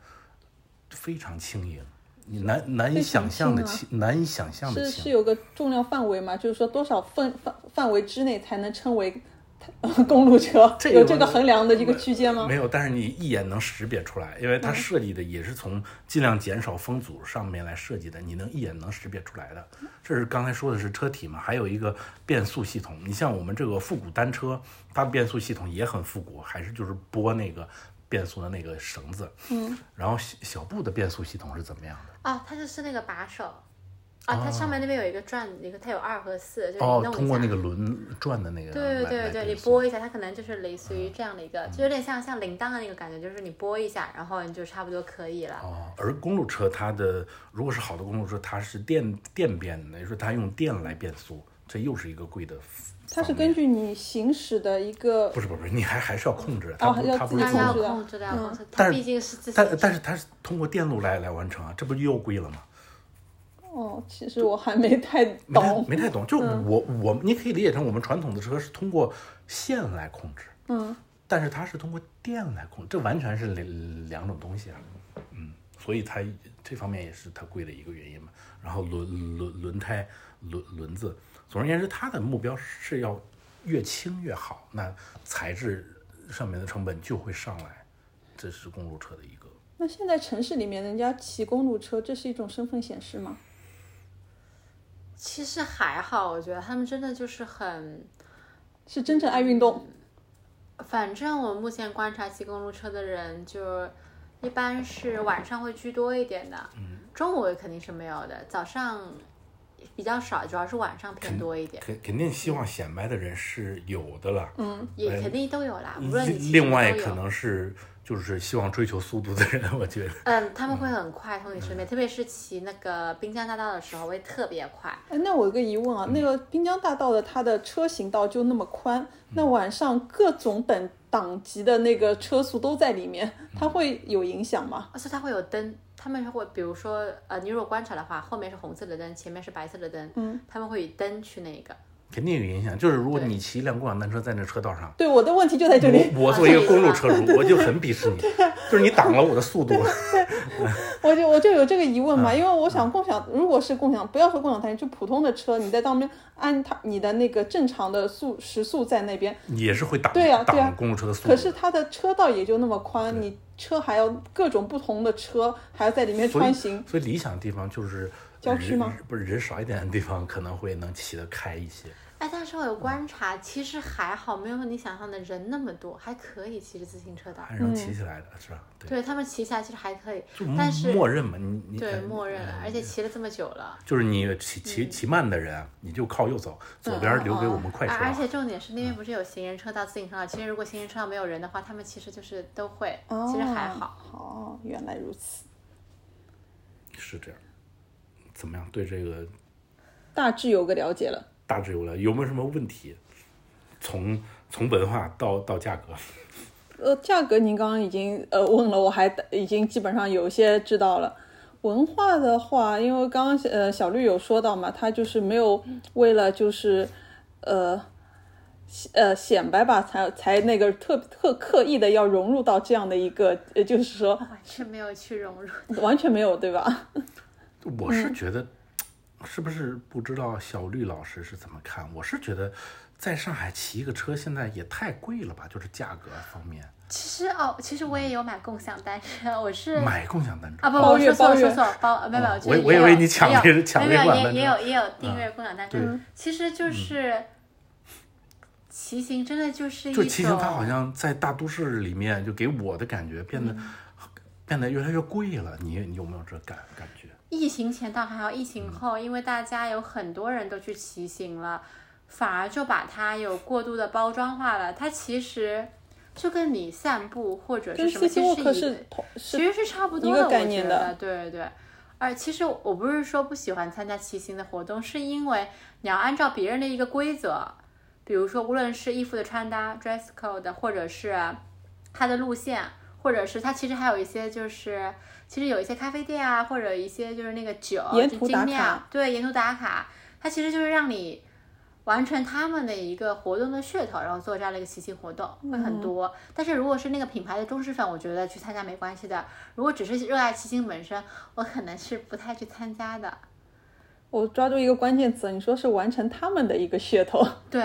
Speaker 3: 非常轻盈，你难难以
Speaker 2: 非常
Speaker 3: 想象的
Speaker 2: 轻啊
Speaker 3: 轻，难以想象的
Speaker 2: 是是
Speaker 3: 轻。
Speaker 2: 有个重量范围吗？就是说多少范范范围之内才能称为 公路车？
Speaker 3: 这个
Speaker 2: 有这个衡量的一个区间吗
Speaker 4: 嗯
Speaker 3: 没？有，但是你一眼能识别出来，因为它设计的也是从尽量减少风阻上面来设计的，你能一眼能识别出来的。这是刚才说的是车体嘛，还有一个变速系统。你像我们这个复古单车，它的变速系统也很复古，还是就是拨那个变速的那个绳子。嗯。然后小小布的变速系统是怎么样的？
Speaker 4: 哦，它就是那个把手，
Speaker 3: 哦
Speaker 4: 啊，它上面那边有一个转，那个它有二和四，就是你
Speaker 3: 哦
Speaker 4: 弄一，下。
Speaker 3: 通过那个轮转的那个
Speaker 4: 对
Speaker 3: 来嗯
Speaker 4: 对
Speaker 3: 来
Speaker 4: 对，你
Speaker 3: 变速
Speaker 4: 拨一下，它可能就是类似于这样的一个，就有点像像铃铛的那个感觉，就是你拨一下，然后你就差不多可以了。
Speaker 3: 哦，而公路车它的如果是好的公路车，它是电电变的，也就是它用电来变速，这又是一个贵的
Speaker 2: 它
Speaker 3: 方面。
Speaker 2: 是根据你行驶的一个
Speaker 3: 不是不是，你还还是要控制，它
Speaker 2: 哦
Speaker 3: 不、
Speaker 2: 要
Speaker 3: 它不
Speaker 2: 自
Speaker 3: 是
Speaker 2: 己
Speaker 4: 它
Speaker 3: 自
Speaker 2: 控
Speaker 4: 要
Speaker 2: 制
Speaker 3: 动，
Speaker 4: 控制的，要控制，
Speaker 3: 但
Speaker 4: 它
Speaker 3: 是
Speaker 4: 毕竟是自己。
Speaker 3: 但但是它是通过电路来来完成啊，这不又贵了吗？
Speaker 2: 哦，其实我还没太
Speaker 3: 没太
Speaker 2: 懂。嗯
Speaker 3: 没太懂，就是我、我你可以理解成我们传统的车是通过线来控制，
Speaker 2: 嗯，
Speaker 3: 但是它是通过电来控制，这完全是两两种东西啊。嗯，所以它这方面也是它贵的一个原因嘛。然后轮轮轮胎、轮轮子，总而言之，它的目标是要越轻越好，那材质上面的成本就会上来，这是公路车的一个。
Speaker 2: 那现在城市里面人家骑公路车，这是一种身份显示吗？
Speaker 4: 其实还好，我觉得他们真的就是很，
Speaker 2: 是真正爱运动，
Speaker 4: 反正我目前观察骑公路车的人，就一般是晚上会居多一点的，
Speaker 3: 嗯
Speaker 4: 中午肯定是没有的，早上比较少，主要是晚上偏多一点，
Speaker 3: 肯肯定希望显摆的人是有的了，嗯，
Speaker 4: 也肯定都有啦，无论你骑
Speaker 3: 另另外
Speaker 4: 什么都有
Speaker 3: 可能是就是希望追求速度的人，我觉得。
Speaker 4: 嗯，他们会很快从你
Speaker 3: 嗯
Speaker 4: 身边，特别是骑那个滨江大道的时候会特别快。
Speaker 2: 哎，那我有个疑问啊，那个
Speaker 3: 嗯
Speaker 2: 滨江大道的它的车行道就那么宽，那晚上各种等档级的那个车速都在里面，
Speaker 3: 嗯
Speaker 2: 它会有影响吗？
Speaker 4: 而且哦它会有灯，他们会比如说，呃，你如果观察的话，后面是红色的灯，前面是白色的灯，嗯，他们会以灯去那个。
Speaker 3: 肯定有影响。就是如果你骑一辆共享单车在那车道上，
Speaker 2: 对，我的问题就在这里，
Speaker 3: 我我作为一个公路车主，我就很鄙视你，
Speaker 4: 啊
Speaker 3: 就是你挡了我的速度。
Speaker 2: 我就我就有这个疑问
Speaker 3: 嗯
Speaker 2: 嘛，因为我想共享，如果是共享，不要说共享单车，就普通的车，你在当边按它你的那个正常的速时速在那边，
Speaker 3: 也是会挡
Speaker 2: 对
Speaker 4: 啊
Speaker 2: 呀对呀
Speaker 3: 挡公路车的速
Speaker 2: 可是
Speaker 3: 度。
Speaker 2: 它的车道也就那么宽，你车还要各种不同的车还要在里面
Speaker 3: 所
Speaker 2: 穿
Speaker 3: 以，
Speaker 2: 行，
Speaker 3: 所以理想的地方就是
Speaker 2: 郊区
Speaker 3: 人
Speaker 2: 吗？
Speaker 3: 不是人少一点的地方，可能会能骑得开一些。
Speaker 4: 哎，但是我有观察，其实还好，没有你想象的人那么多，还可以骑着自行车的。
Speaker 3: 还是能骑起来的，是吧？对，
Speaker 4: 对他们骑起来其实还可以
Speaker 3: 就，
Speaker 4: 但是
Speaker 3: 默认嘛，你你
Speaker 4: 对
Speaker 3: 呃
Speaker 4: 默认了，而且嗯骑了这么久了。
Speaker 3: 就是你骑骑骑慢的人，啊你就靠右走，左边留给我们快车
Speaker 4: 嗯而而
Speaker 3: 啊。
Speaker 4: 且重点是那边不是有行人车道、自行车道？其实如果行人车道没有人的话，他们其实就是都会，其实还好。
Speaker 2: 哦，原来如此。
Speaker 3: 是这样。怎么样？对这个
Speaker 2: 大致有个了解了。
Speaker 3: 大致有了，有没有什么问题？从从文化到到价格，
Speaker 2: 呃，价格您刚刚已经呃问了，我还已经基本上有一些知道了。文化的话，因为刚刚呃小绿有说到嘛，他就是没有为了就是呃显呃显摆吧，才才那个特特刻意的要融入到这样的一个，呃，就是说
Speaker 4: 完全啊没有去融入。
Speaker 2: 完全没有对 吧？
Speaker 4: 嗯
Speaker 3: 我是觉得，是不是不知道小绿老师是怎么看？我是觉得，在上海骑一个车现在也太贵了吧，就是价格方面，
Speaker 4: 其实哦，其实我也有买共享单车，我是
Speaker 3: 买共享单车
Speaker 4: 嗯啊不，
Speaker 2: 包
Speaker 4: 我
Speaker 2: 月
Speaker 4: 说错
Speaker 2: 包
Speaker 4: 了说
Speaker 2: 月啊
Speaker 4: 错了，包呃没有没有，就是
Speaker 3: 哦我我以
Speaker 4: 也
Speaker 3: 为
Speaker 4: 有
Speaker 3: 你抢
Speaker 4: 也有
Speaker 3: 的是抢
Speaker 4: 没有
Speaker 3: 那款
Speaker 4: 也
Speaker 3: 单
Speaker 4: 也
Speaker 3: 车
Speaker 4: 有也有订阅共享单车
Speaker 3: 对，
Speaker 2: 嗯
Speaker 3: 嗯
Speaker 4: 其实就是骑行真的就是一
Speaker 3: 就
Speaker 4: 种，
Speaker 3: 骑行，它好像在大都市里面，就给我的感觉变得、
Speaker 4: 嗯
Speaker 3: 变得越来越贵了。你你有没有这感感觉？
Speaker 4: 疫情前倒还好，疫情后，因为大家有很多人都去骑行了，反而就把它有过度的包装化了。它其实就跟你散步或者
Speaker 2: 跟
Speaker 4: 是什
Speaker 2: C
Speaker 4: 么，
Speaker 2: C
Speaker 4: 其
Speaker 2: walk
Speaker 4: 实是一
Speaker 2: 是同
Speaker 4: 其
Speaker 2: 是
Speaker 4: 实是差不多
Speaker 2: 一
Speaker 4: 的
Speaker 2: 个
Speaker 4: 我
Speaker 2: 概
Speaker 4: 觉
Speaker 2: 念
Speaker 4: 得
Speaker 2: 的
Speaker 4: 对对。而其实我不是说不喜欢参加骑行的活动，是因为你要按照别人的一个规则，比如说无论是衣服的穿搭 （dress code），或者是它的路线，或者是它其实还有一些就是，其实有一些咖啡店啊，或者一些就是那个酒
Speaker 2: 沿
Speaker 4: 就
Speaker 2: 途
Speaker 4: 精
Speaker 2: 打
Speaker 4: 酿
Speaker 2: 卡
Speaker 4: 对，沿途打卡，它其实就是让你完成他们的一个活动的噱头，然后做这样的一个骑行活动会
Speaker 2: 嗯
Speaker 4: 很多。但是如果是那个品牌的忠实粉，我觉得去参加没关系的。如果只是热爱骑行本身，我可能是不太去参加的。
Speaker 2: 我抓住一个关键词，你说是完成他们的一个噱头，
Speaker 4: 对，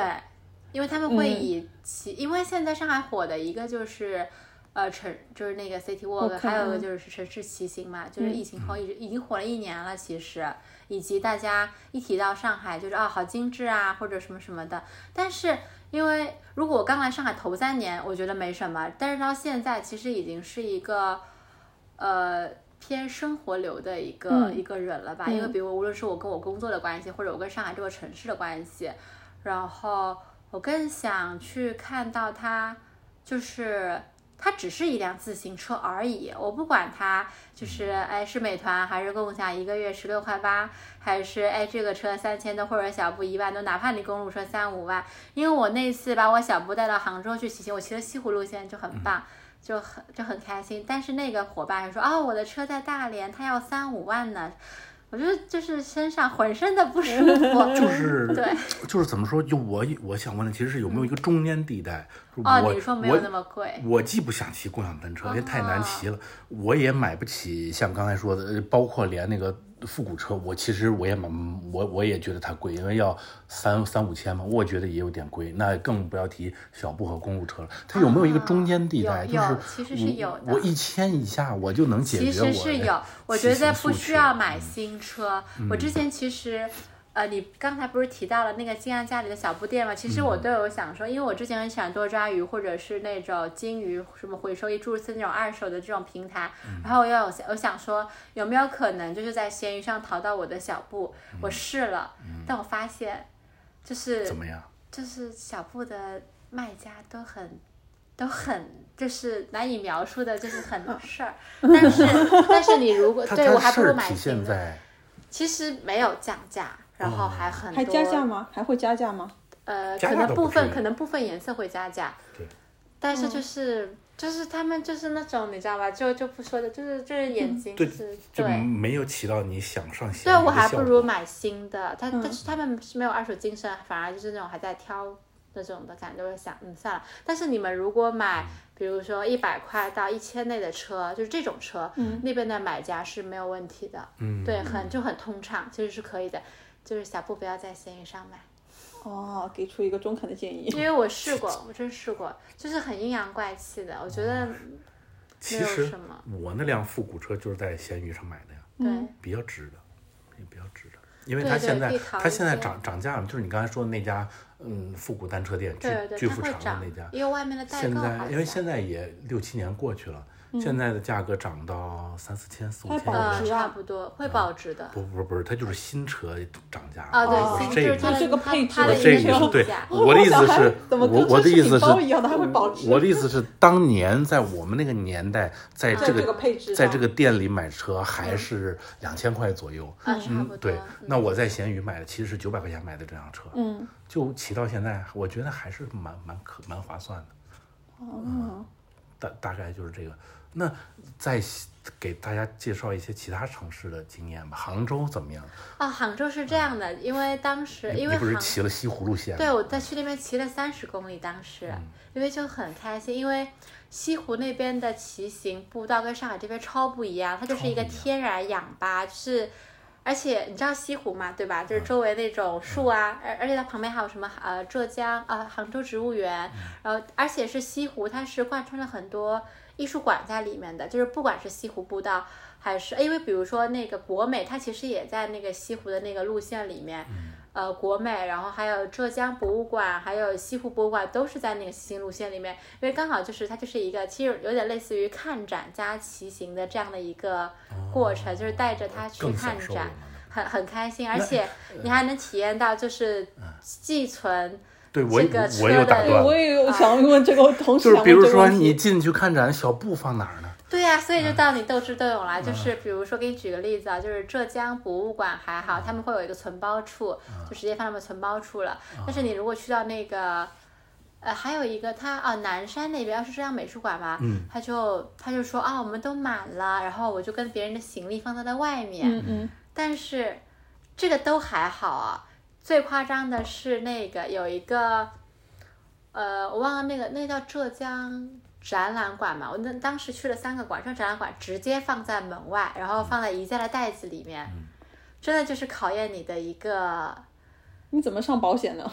Speaker 4: 因为他们会
Speaker 2: 嗯
Speaker 4: 以骑，因为现在上海火的一个就是。呃，城就是那个 City Walk，
Speaker 2: 看
Speaker 4: 还有一个
Speaker 2: 嗯
Speaker 4: 就是城市骑行嘛，就是
Speaker 2: 嗯
Speaker 4: 疫情后一直已经火了一年了，其实，以及大家一提到上海就是啊、好精致啊或者什么什么的，但是因为如果我刚来上海头三年，我觉得没什么，但是到现在其实已经是一个呃偏生活流的一个、
Speaker 2: 嗯
Speaker 4: 一个人了吧，
Speaker 2: 嗯
Speaker 4: 因为比如无论是我跟我工作的关系，或者我跟上海这个城市的关系，然后我更想去看到它，就是它只是一辆自行车而已，我不管它就是
Speaker 3: 嗯
Speaker 4: 哎是美团还是共享，一个月十六块八，还是哎这个车三千多或者小布一万多，哪怕你公路车三五万，因为我那次把我小布带到杭州去骑行，我骑的西湖路线就
Speaker 3: 嗯
Speaker 4: 很棒。就很就很开心，但是那个伙伴说啊、我的车在大连，他要三五万呢，我就就是身上浑身的不舒服，
Speaker 3: 哦 就是
Speaker 4: 对，
Speaker 3: 就是怎么说？就我我想问的，其实是有没有一个中间地带？就
Speaker 4: 哦，
Speaker 3: 我
Speaker 4: 你说没有
Speaker 3: 我
Speaker 4: 那么贵，啊
Speaker 3: 我既不想骑共享单车，因为太难骑了，我也买不起像刚才说的，呃包括连那个复古车，我其实我也买，我我也觉得它贵，因为要三三五千嘛，我觉得也有点贵。那更不要提小布和公路车了。它有没有一个中间地带？
Speaker 4: 啊有
Speaker 3: 就是
Speaker 4: 有其实是有的
Speaker 3: 我我一千以下我就能解
Speaker 4: 其
Speaker 3: 决我的
Speaker 4: 实
Speaker 3: 骑行诉求。
Speaker 4: 是有，我觉得不需要
Speaker 3: 嗯
Speaker 4: 买新车。我之前其实，呃，你刚才不是提到了那个静安家里的小布店嘛？其实
Speaker 3: 嗯
Speaker 4: 我都有想说，因为我之前很喜欢多抓鱼或者是那种金鱼什么回收一诸如此类那种二手的这种平台，
Speaker 3: 嗯
Speaker 4: 然后我又有想我想说有没有可能就是在闲鱼上淘到我的小布？
Speaker 3: 嗯
Speaker 4: 我试了，但我发现就是
Speaker 3: 怎么样？
Speaker 4: 就是小布的卖家都很都很就是难以描述的，就是很 事儿。但是但是你如果
Speaker 3: 它
Speaker 4: 呃对我
Speaker 3: 它
Speaker 4: 还
Speaker 3: 事
Speaker 4: 不如
Speaker 3: 儿
Speaker 4: 买
Speaker 3: 体
Speaker 4: 新
Speaker 3: 现
Speaker 4: 的，
Speaker 3: 在
Speaker 4: 其实没有降价，然后还很多
Speaker 2: 还加价吗？还会加价吗？
Speaker 4: 呃，
Speaker 3: 加
Speaker 4: 可
Speaker 3: 价
Speaker 4: 能
Speaker 3: 倒
Speaker 4: 部
Speaker 3: 不至
Speaker 4: 分
Speaker 3: 于
Speaker 4: 可能部分颜色会加价，
Speaker 3: 对
Speaker 4: 但
Speaker 2: 嗯
Speaker 4: 是就是。就是他们就是那种你知道吧，就就不说的，就是就是眼睛
Speaker 3: 嗯
Speaker 4: 就
Speaker 3: 对
Speaker 4: 是
Speaker 3: 就
Speaker 4: 对，
Speaker 3: 没有起到你想上闲
Speaker 4: 对
Speaker 3: 鱼的
Speaker 4: 我还
Speaker 3: 效
Speaker 4: 不
Speaker 3: 果
Speaker 4: 如买新的，他、
Speaker 2: 嗯
Speaker 4: 但是他们是没有二手精神，反而就是那种还在挑那种的感觉，我就想嗯算了。但是你们如果买，比如说一百块到一千内的车，就是这种车，那边的买家是没有问题的，
Speaker 3: 嗯
Speaker 4: 对，很就很通畅，其实是可以的。就是小布不要在闲鱼上买，
Speaker 2: 哦，给出一个中肯的建议。
Speaker 4: 因为我试过，我真试过，就是很阴阳怪气的，我觉得没
Speaker 3: 其
Speaker 4: 有
Speaker 3: 实
Speaker 4: 什么。
Speaker 3: 我那辆复古车就是在闲鱼上买的呀。
Speaker 4: 对，
Speaker 3: 比较值的，也比较值的，因为
Speaker 4: 对
Speaker 3: 它
Speaker 4: 对
Speaker 3: 现
Speaker 4: 可
Speaker 3: 在
Speaker 4: 以考
Speaker 3: 它
Speaker 4: 虑
Speaker 3: 现在
Speaker 4: 一下
Speaker 3: 涨涨价了，就是你刚才说的那家嗯复古单车店，巨
Speaker 4: 对对
Speaker 3: 巨
Speaker 4: 对，它
Speaker 3: 富
Speaker 4: 会
Speaker 3: 长的
Speaker 4: 涨
Speaker 3: 那家，，
Speaker 4: 因为外面的代
Speaker 3: 现
Speaker 4: 购
Speaker 3: 在
Speaker 4: 好
Speaker 3: 因为
Speaker 4: 像嗯
Speaker 3: 现在也六七年过去了，现在的价格涨到三四千、四五
Speaker 2: 它
Speaker 3: 千
Speaker 2: 保
Speaker 3: 有
Speaker 2: 值
Speaker 3: 的
Speaker 4: 呃
Speaker 2: 了
Speaker 3: 是。
Speaker 4: 差不多会保值的。
Speaker 3: 不不不是，它就是新车涨价
Speaker 4: 啊，对，
Speaker 2: 哦
Speaker 3: 我
Speaker 4: 新
Speaker 3: 是
Speaker 4: 就
Speaker 3: 这
Speaker 4: 是
Speaker 3: 个
Speaker 4: 它
Speaker 2: 它
Speaker 4: 的
Speaker 2: 这个
Speaker 4: 它
Speaker 2: 配置
Speaker 4: 它
Speaker 3: 我
Speaker 4: 的啊
Speaker 2: 一个售
Speaker 3: 这个是对我的意思
Speaker 4: 价，
Speaker 2: 小孩
Speaker 3: 是，
Speaker 2: 怎么
Speaker 3: 我
Speaker 2: 跟
Speaker 3: 我的
Speaker 2: 奢侈
Speaker 3: 意
Speaker 2: 品
Speaker 3: 思是
Speaker 2: 包一样它会保值
Speaker 3: 我的意思是，当年在我们那个年代，在
Speaker 2: 在
Speaker 3: 这
Speaker 2: 这个配置
Speaker 3: 在
Speaker 2: 上
Speaker 3: 这个店里买车还是两千块左右。
Speaker 4: 啊，差不多。
Speaker 3: 对，
Speaker 4: 嗯
Speaker 3: 那我在闲鱼买的其实是九百块钱买的这辆车，
Speaker 2: 嗯，
Speaker 3: 就骑到现在，我觉得还是蛮蛮可蛮划算的，嗯
Speaker 2: 哦，
Speaker 3: 大大概就是这个。那再给大家介绍一些其他城市的经验吧，杭州怎么样？
Speaker 4: 哦，杭州是这样的，因为当时
Speaker 3: 你
Speaker 4: 因
Speaker 3: 你
Speaker 4: 为
Speaker 3: 不是
Speaker 4: 杭
Speaker 3: 骑了西湖路线吗？嗯
Speaker 4: 对，我在去那边骑了三十公里，当时、因为就很开心，因为西湖那边的骑行步道跟上海这边超不一样，它就是一个
Speaker 3: 超不一样
Speaker 4: 天然氧吧，就是。而且你知道西湖嘛，对吧？就是
Speaker 3: 嗯
Speaker 4: 周围那种树啊，而、而且它旁边还有什么呃浙江啊、呃杭州植物园，
Speaker 3: 嗯
Speaker 4: 然后而且是西湖，它是贯穿了很多艺术馆在里面的，就是不管是西湖步道还是因为比如说那个国美，它其实也在那个西湖的那个路线里
Speaker 3: 嗯
Speaker 4: 面，呃国美，然后还有浙江博物馆，还有西湖博物馆都是在那个骑行路线里面，因为刚好就是它就是一个其实有点类似于看展加骑行的这样的一个过程，就是带着他去
Speaker 3: 哦更
Speaker 4: 看
Speaker 3: 享受了呃
Speaker 4: 展
Speaker 3: 吗，嗯
Speaker 4: 很很开心，而且你还能体验到就是寄存
Speaker 3: 对我
Speaker 4: 这个车
Speaker 3: 我有打
Speaker 4: 的
Speaker 3: 断
Speaker 2: 我
Speaker 3: 了，
Speaker 2: 也有想问这个，我同时
Speaker 3: 就是
Speaker 2: 想
Speaker 3: 比
Speaker 2: 问
Speaker 3: 如
Speaker 2: 这个
Speaker 3: 说
Speaker 2: 问题
Speaker 3: 你进去看展，小布放哪儿呢？
Speaker 4: 对呀、所以就到你斗智斗勇啦。就是比如说，给你举个例子啊，就是浙江博物馆还好，他们会有一个存包处，就直接放他们存包处了。但是你如果去到那个，呃，还有一个他啊、南山那边是浙江美术馆嘛，
Speaker 3: 嗯
Speaker 4: 他就他就说啊，我们都满了，然后我就跟别人的行李放在了外面，
Speaker 2: 嗯嗯，
Speaker 4: 但是这个都还好啊。最夸张的是那个有一个，呃，我忘了那个那个叫浙江展览馆嘛，我那当时去了三个馆，这展览馆直接放在门外，然后放在宜家的袋子里面，
Speaker 3: 嗯
Speaker 4: 真的就是考验你的一个，
Speaker 2: 你怎么上保险的？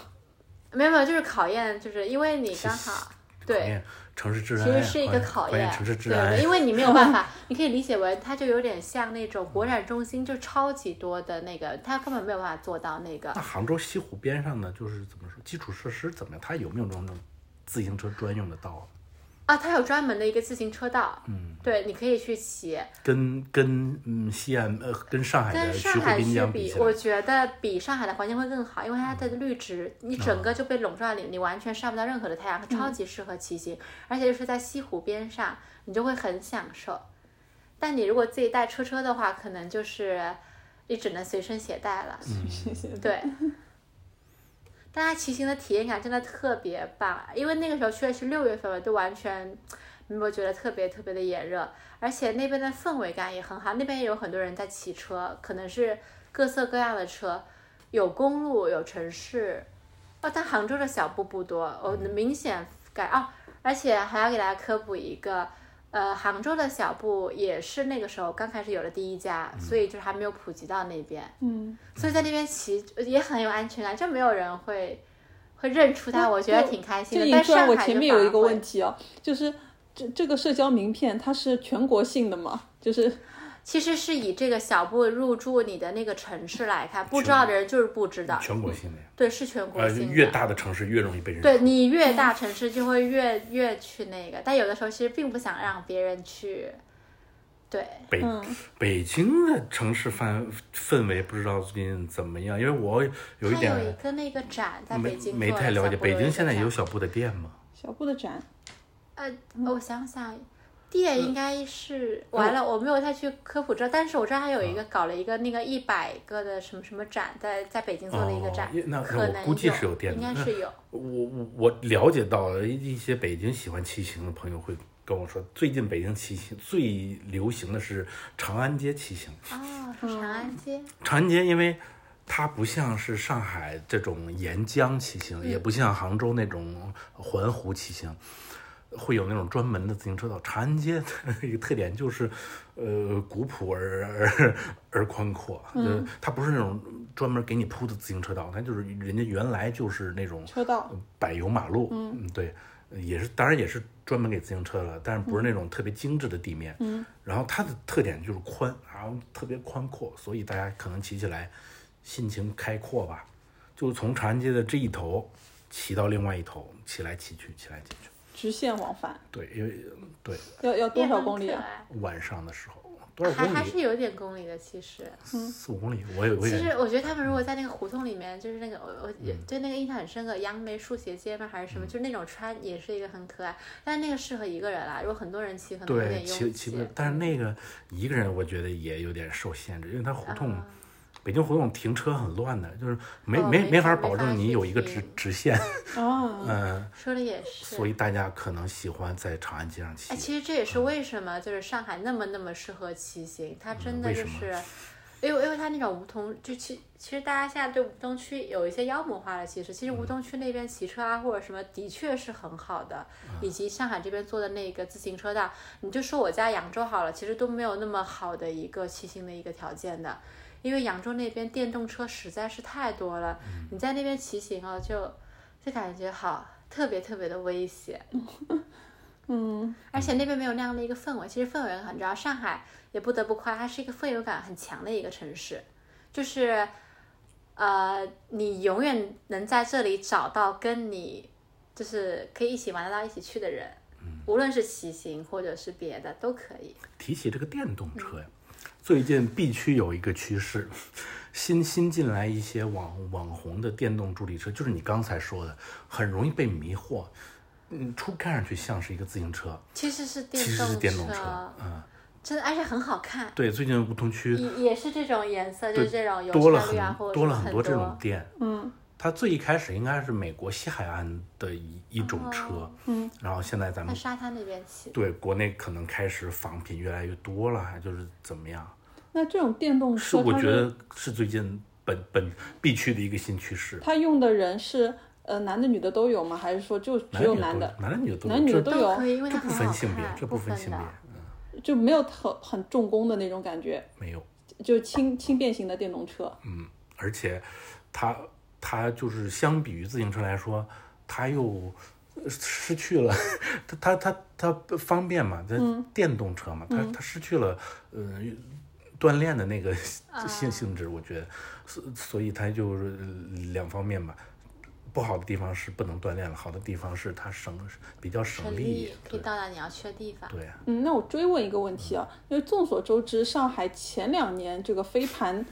Speaker 4: 没有没有，就是考验，就是因为你刚好
Speaker 3: 考
Speaker 4: 对。
Speaker 3: 验城市治安
Speaker 4: 其
Speaker 3: 呀，
Speaker 4: 实是一个考
Speaker 3: 验
Speaker 4: 验
Speaker 3: 城市，治安
Speaker 4: 对，。因为你没有 办法，你可以理解为它就有点像那种国展中心，就超级多的那个，它根本没有办法做到那个
Speaker 3: 那。杭州西湖边上呢，就是怎么说基础设施怎么样？它有没有那种那种自行车专用的道？
Speaker 4: 啊，它有专门的一个自行车道，嗯，对，你可以去骑。
Speaker 3: 跟跟嗯西安呃跟上海
Speaker 4: 跟
Speaker 3: 的
Speaker 4: 上
Speaker 3: 徐
Speaker 4: 海
Speaker 3: 汇滨
Speaker 4: 去
Speaker 3: 江
Speaker 4: 比
Speaker 3: 起，来嗯
Speaker 4: 我，觉得比上海的环境会更好，因为它的绿植，你整个就被笼罩里，你完全晒不到任何的太阳，超
Speaker 3: 嗯
Speaker 4: 级适合骑行。而且就是在西湖边上，你就会很享受。但你如果自己带车车的话，可能就是你只能随身携带了。
Speaker 3: 嗯
Speaker 2: 谢谢。
Speaker 4: 对。 大家骑行的体验感真的特别棒，因为那个时候去的是六月份嘛，就完全没有觉得特别特别的炎热，而且那边的氛围感也很好，那边也有很多人在骑车，可能是各色各样的车，有公路，有城市，哦，但杭州的小步不多，我、能明显感哦，而且还要给大家科普一个，呃，杭州的小步也是那个时候刚开始有了第一家，所以就是还没有普及到那边，
Speaker 2: 嗯，
Speaker 4: 所以在那边骑呃也很有安全感，就没有人会会认出他，我觉得挺开心
Speaker 2: 这
Speaker 4: 的。
Speaker 2: 引
Speaker 4: 但
Speaker 2: 出来
Speaker 4: 上
Speaker 2: 我
Speaker 4: 海
Speaker 2: 前
Speaker 4: 就
Speaker 2: 面
Speaker 4: 反
Speaker 2: 有一
Speaker 4: 而
Speaker 2: 个
Speaker 4: 会
Speaker 2: 问题哦，就是这这个社交名片它是全国性的吗？就是
Speaker 4: 其实是以这个小步入驻你的那个城市来看，不知道的人就是不知道，
Speaker 3: 全国性的呀。
Speaker 4: 对，是全国
Speaker 3: 呃，
Speaker 4: 性的。
Speaker 3: 越呃大的城市越容易被认。
Speaker 4: 对你越大城市就会越越去那个，但有的时候其实并不想让别人去，对，
Speaker 3: 北、
Speaker 4: 嗯
Speaker 3: 北京的城市氛氛围不知道最近怎么样，因为我有一
Speaker 4: 它有一
Speaker 3: 点
Speaker 4: 个那个展在北
Speaker 3: 没
Speaker 4: 京
Speaker 3: 没
Speaker 4: 做
Speaker 3: 太了
Speaker 4: 小
Speaker 3: 解。
Speaker 4: 步的
Speaker 3: 北
Speaker 4: 一
Speaker 3: 京
Speaker 4: 个
Speaker 3: 现在
Speaker 4: 展
Speaker 3: 有小布的店吗？
Speaker 2: 小布的展，
Speaker 4: 呃，
Speaker 3: 哦
Speaker 4: 我想想，
Speaker 3: 嗯
Speaker 4: 店应该是完了，我没有太去科普这，但是我知道他有
Speaker 3: 啊
Speaker 4: 一个搞了一个那个一百个的什么什么展，在在北京做了一个展，
Speaker 3: 哦那那
Speaker 4: 可
Speaker 3: 我
Speaker 4: 能
Speaker 3: 估计
Speaker 4: 有
Speaker 3: 是有店的
Speaker 4: 应该
Speaker 3: 那
Speaker 4: 是有。
Speaker 3: 我我我了解到了一一些北京喜欢骑行的朋友会跟我说，最近北京骑行最流行的是长安街骑行。
Speaker 4: 哦，长
Speaker 3: 嗯
Speaker 4: 安 街，
Speaker 3: 长安街，因为它不像是上海这种沿江骑行，也不像杭州那种环湖骑行，会有那种专门的自行车道。长安街的一个特点就是，呃，古朴而而 而宽阔，嗯，它不是那种专门给你铺的自行车道，它就是人家原来就是那种
Speaker 2: 车道
Speaker 3: 呃柏油马路，嗯，对，呃也是，当然也是专门给自行车了，但是不是那种特别精致的地面，嗯，然后它的特点就是宽，然后特别宽阔，所以大家可能骑起来心情开阔吧，就从长安街的这一头骑到另外一头，骑来骑去，骑来骑去，
Speaker 2: 直线往返
Speaker 3: 对，因为对
Speaker 2: 要要多
Speaker 4: 也
Speaker 2: 少
Speaker 4: 很
Speaker 2: 公里
Speaker 4: 可
Speaker 2: 啊？
Speaker 4: 爱？
Speaker 3: 晚上的时候多少
Speaker 4: 还
Speaker 3: 公
Speaker 4: 还是
Speaker 3: 里，
Speaker 4: 有点公里的，其实。
Speaker 3: 四五公里，我也嗯我
Speaker 4: 其实
Speaker 3: 也
Speaker 4: 我觉得他们如果在那个胡同里面，就是那个我我对那个印象很深刻，杨梅树斜街吗？还是什
Speaker 3: 嗯
Speaker 4: 么？就是那种穿也是一个很可爱，但那个适合一个人啦。如果很多人骑，可能有嗯
Speaker 3: 对
Speaker 4: 点
Speaker 3: 骑
Speaker 4: 拥
Speaker 3: 骑
Speaker 4: 挤
Speaker 3: 不了，。但是那个一个人我觉得也有点受限制，因为它胡同。
Speaker 4: 啊
Speaker 3: 北京胡同停车很乱的，就是没、
Speaker 4: 哦
Speaker 3: 没
Speaker 4: 没
Speaker 3: 法
Speaker 4: 法
Speaker 3: 保证你有一个
Speaker 4: 没法
Speaker 3: 直
Speaker 4: 去停
Speaker 3: 直 线，
Speaker 2: 啊，
Speaker 3: 嗯，
Speaker 4: 说的也是。
Speaker 3: 所以大家可能喜欢在长安街上骑。
Speaker 4: 哎，其实这也是为什么就是上海那么那么适合骑行，它真的
Speaker 3: 为
Speaker 4: 就
Speaker 3: 什么
Speaker 4: 是，因为因为它那种梧桐，就其其实大家现在对梧桐区有一些妖魔化了，其实
Speaker 3: 嗯
Speaker 4: 其实梧桐区那边骑车啊或者什么的确是很好
Speaker 3: 啊
Speaker 4: 的，以及上海这边做的那个自行车道，你就说我家扬州好了，其实都没有那么好的一个骑行的一个条件的，因为扬州那边电动车实在是太多了，
Speaker 3: 嗯
Speaker 4: 你在那边骑行哦，就就感觉好特别特别的危 险。
Speaker 2: 嗯，
Speaker 4: 而且那边没有那样的一个氛围，其实氛围很重要。上海也不得不夸，它是一个氛围感很强的一个城市，就是，呃，你永远能在这里找到跟你就是可以一起玩得到一起去的人，
Speaker 3: 嗯
Speaker 4: 无论是骑行或者是别的都可以。
Speaker 3: 提起这个电动车呀，最近 B 区有一个趋势， 新新进来一些网网红的电动助力车，就是你刚才说的，很容易被迷惑。嗯，初看上去像是一个自行车，
Speaker 4: 其实是电
Speaker 3: 其实是电动车。嗯，
Speaker 4: 真的，而且很好看，
Speaker 3: 对，最近梧桐区
Speaker 4: 也也是这种颜色，就是这种油
Speaker 3: 多了
Speaker 4: 菜绿啊，或
Speaker 3: 很
Speaker 4: 者
Speaker 3: 多了
Speaker 4: 很
Speaker 3: 多这种店。
Speaker 2: 嗯，
Speaker 3: 它最一开始应该是美国西海岸的一一种车，
Speaker 4: 哦
Speaker 2: 嗯，
Speaker 3: 然后现在咱
Speaker 4: 在
Speaker 3: 们
Speaker 4: 沙滩那边骑，
Speaker 3: 对国内可能开始仿品越来越多了，还就是怎么样？
Speaker 2: 那这种电 动
Speaker 3: 是
Speaker 2: 车，
Speaker 3: 我
Speaker 2: 它
Speaker 3: 觉
Speaker 2: 是
Speaker 3: 得是最近本本必区的一个新趋势。
Speaker 2: 它用的人是呃男的女的都有吗？还是说就只有男的，
Speaker 3: 男的女的都有
Speaker 2: 男女的都
Speaker 3: 这
Speaker 2: 有
Speaker 4: 可以，因为
Speaker 3: 这
Speaker 4: 它
Speaker 3: 不
Speaker 4: 很
Speaker 3: 分
Speaker 4: 好
Speaker 3: 性别
Speaker 4: 看，，
Speaker 3: 这
Speaker 4: 不
Speaker 3: 分性
Speaker 4: 的
Speaker 3: 别，
Speaker 2: 就没有很很重工的那种感觉，
Speaker 3: 没有。
Speaker 2: 就轻轻便型的电动车。
Speaker 3: 嗯而且它它就是相比于自行车来说，它又呃失去了它它它它不方便嘛，它
Speaker 2: 嗯
Speaker 3: 电动车嘛，它它失去了呃锻炼的那个
Speaker 2: 啊
Speaker 3: 性性质，我觉得，所所以它就是两方面吧。不好的地方是不能锻炼了，好的地方是它省比较省
Speaker 4: 很
Speaker 3: 力
Speaker 4: 力，可以
Speaker 3: 对
Speaker 4: 到达你要去的地方。
Speaker 3: 对啊，
Speaker 2: 嗯，那我追问一个问题啊，因为众所周知，上海前两年这个飞盘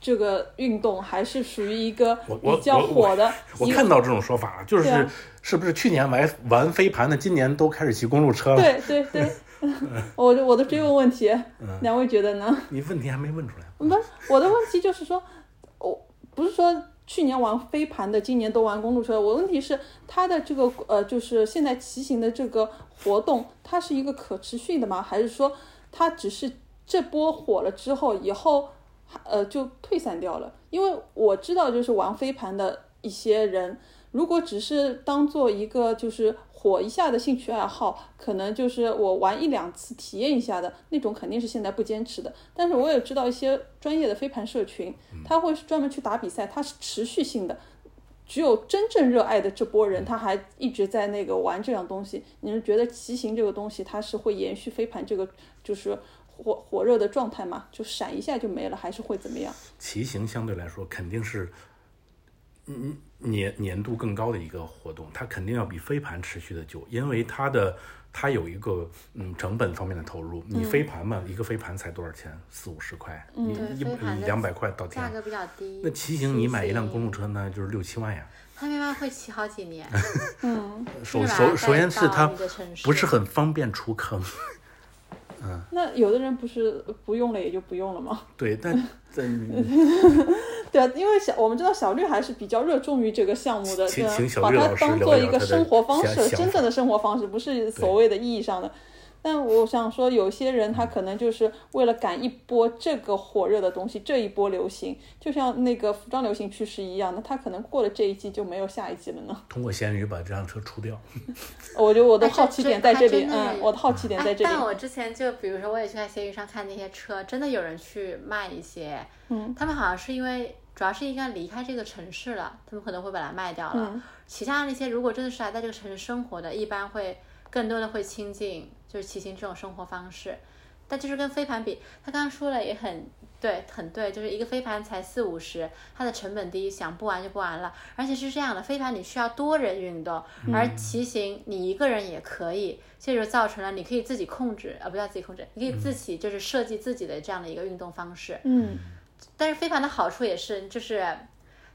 Speaker 2: 这个运动还是属于一个
Speaker 3: 我我
Speaker 2: 比较
Speaker 3: 我
Speaker 2: 火的
Speaker 3: 我
Speaker 2: 一个
Speaker 3: 看到这种说法了，就是、
Speaker 2: 对啊
Speaker 3: 是不是去年玩玩飞盘的，今年都开始骑公路车了？
Speaker 2: 对对对， 我的我的追问问题，
Speaker 3: 嗯
Speaker 2: 两位觉得呢？
Speaker 3: 你问题还没问出来。
Speaker 2: 不是我的问题就是说，我不是说去年玩飞盘的，今年都玩公路车。我问题是它的这个呃，就是现在骑行的这个活动，它是一个可持续的吗？还是说它只是这波火了之后，以后呃就退散掉了？因为我知道，就是玩飞盘的一些人，如果只是当做一个就是火一下的兴趣爱好，可能就是我玩一两次体验一下的那种，肯定是现在不坚持的。但是我也知道一些专业的飞盘社群，他会专门去打比赛，它是持续性的。只有真正热爱的这波人，他还一直在那个玩这样东西。你是觉得骑行这个东西，它是会延续飞盘这个就是火火热的状态吗？就闪一下就没了，还是会怎么样？
Speaker 3: 骑行相对来说肯定是，嗯年年度更高的一个活动，它肯定要比飞盘持续的久，因为它的它有一个嗯成本方面的投入。你飞盘嘛，一个飞盘才多少钱？四五十块，你
Speaker 4: 嗯对
Speaker 3: 一
Speaker 4: 飞盘的
Speaker 3: 两百块到
Speaker 4: 价
Speaker 3: 天。
Speaker 4: 格比较低。
Speaker 3: 那骑行你买一辆公路
Speaker 4: 车，
Speaker 3: 车呢，就是六七万呀。
Speaker 4: 他慢慢会骑好几年。
Speaker 3: 首
Speaker 4: 是吧
Speaker 3: 首首先是
Speaker 4: 再到
Speaker 3: 它
Speaker 4: 你的城市
Speaker 3: 不是很方便出坑，
Speaker 2: 那有的人不是不用了也就不用了吗？
Speaker 3: 对， 但但
Speaker 2: 对啊，因为小我们知道小绿还是比较热衷于这个项目的，
Speaker 3: 请
Speaker 2: 对啊
Speaker 3: 请小
Speaker 2: 把
Speaker 3: 绿
Speaker 2: 它
Speaker 3: 老师
Speaker 2: 当
Speaker 3: 聊
Speaker 2: 做一
Speaker 3: 一聊
Speaker 2: 个
Speaker 3: 他的
Speaker 2: 生活方
Speaker 3: 想
Speaker 2: 式，
Speaker 3: 想
Speaker 2: 真
Speaker 3: 法
Speaker 2: 正的生活方式，不是所谓的意义上的。但我想说，有些人他可能就是为了赶一波这个火热的东西，这一波流行，就像那个服装流行趋势一样，那他可能过了这一季就没有下一季了呢。
Speaker 3: 通过闲鱼把这辆车出掉。
Speaker 2: 我觉得我的
Speaker 4: 哎这
Speaker 2: 好奇
Speaker 4: 这
Speaker 2: 点在
Speaker 4: 还
Speaker 2: 这里，
Speaker 4: 真的
Speaker 2: 嗯，
Speaker 4: 有
Speaker 2: 我的好奇点在
Speaker 4: 哎，
Speaker 2: 这里。
Speaker 4: 但我之前就比如说，我也去在闲鱼上看那些车，真的有人去卖一些，
Speaker 2: 嗯，
Speaker 4: 他们好像是因为主要是应该离开这个城市了，他们可能会把它卖掉了。
Speaker 2: 嗯
Speaker 4: 其他那些如果真的是还在这个城市生活的，一般会更多的会亲近就是骑行这种生活方式。但就是跟飞盘比，他刚刚说了也很对，很对，就是一个飞盘才四五十，它的成本低，想不玩就不玩了。而且是这样的，飞盘你需要多人运动，而骑行你一个人也可以，这就造成了你可以自己控制，呃，不叫自己控制，你可以自己就是设计自己的这样的一个运动方式。
Speaker 2: 嗯
Speaker 4: 但是飞盘的好处也是，就是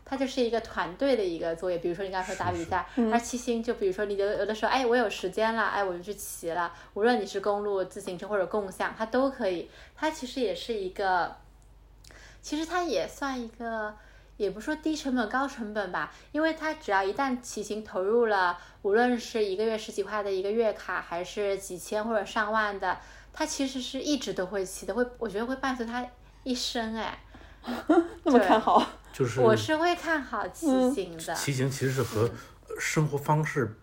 Speaker 4: 它就是一个团队的一个作业。比如说你刚才说打比赛，而骑行就比如说你有有的时候，哎，我有时间了，哎，我就去骑了。无论你是公路、自行车或者共享，它都可以。它其实也是一个，其实它也算一个。也不说低成本高成本吧，因为它只要一旦骑行投入了，无论是一个月十几块的一个月卡，还是几千或者上万的，它其实是一直都会骑的，会我觉得会伴随它一生哎。
Speaker 2: 那么
Speaker 4: 对
Speaker 2: 看好，
Speaker 3: 就是
Speaker 4: 我是会看好骑行的。
Speaker 3: 骑行其实是和呃生活方式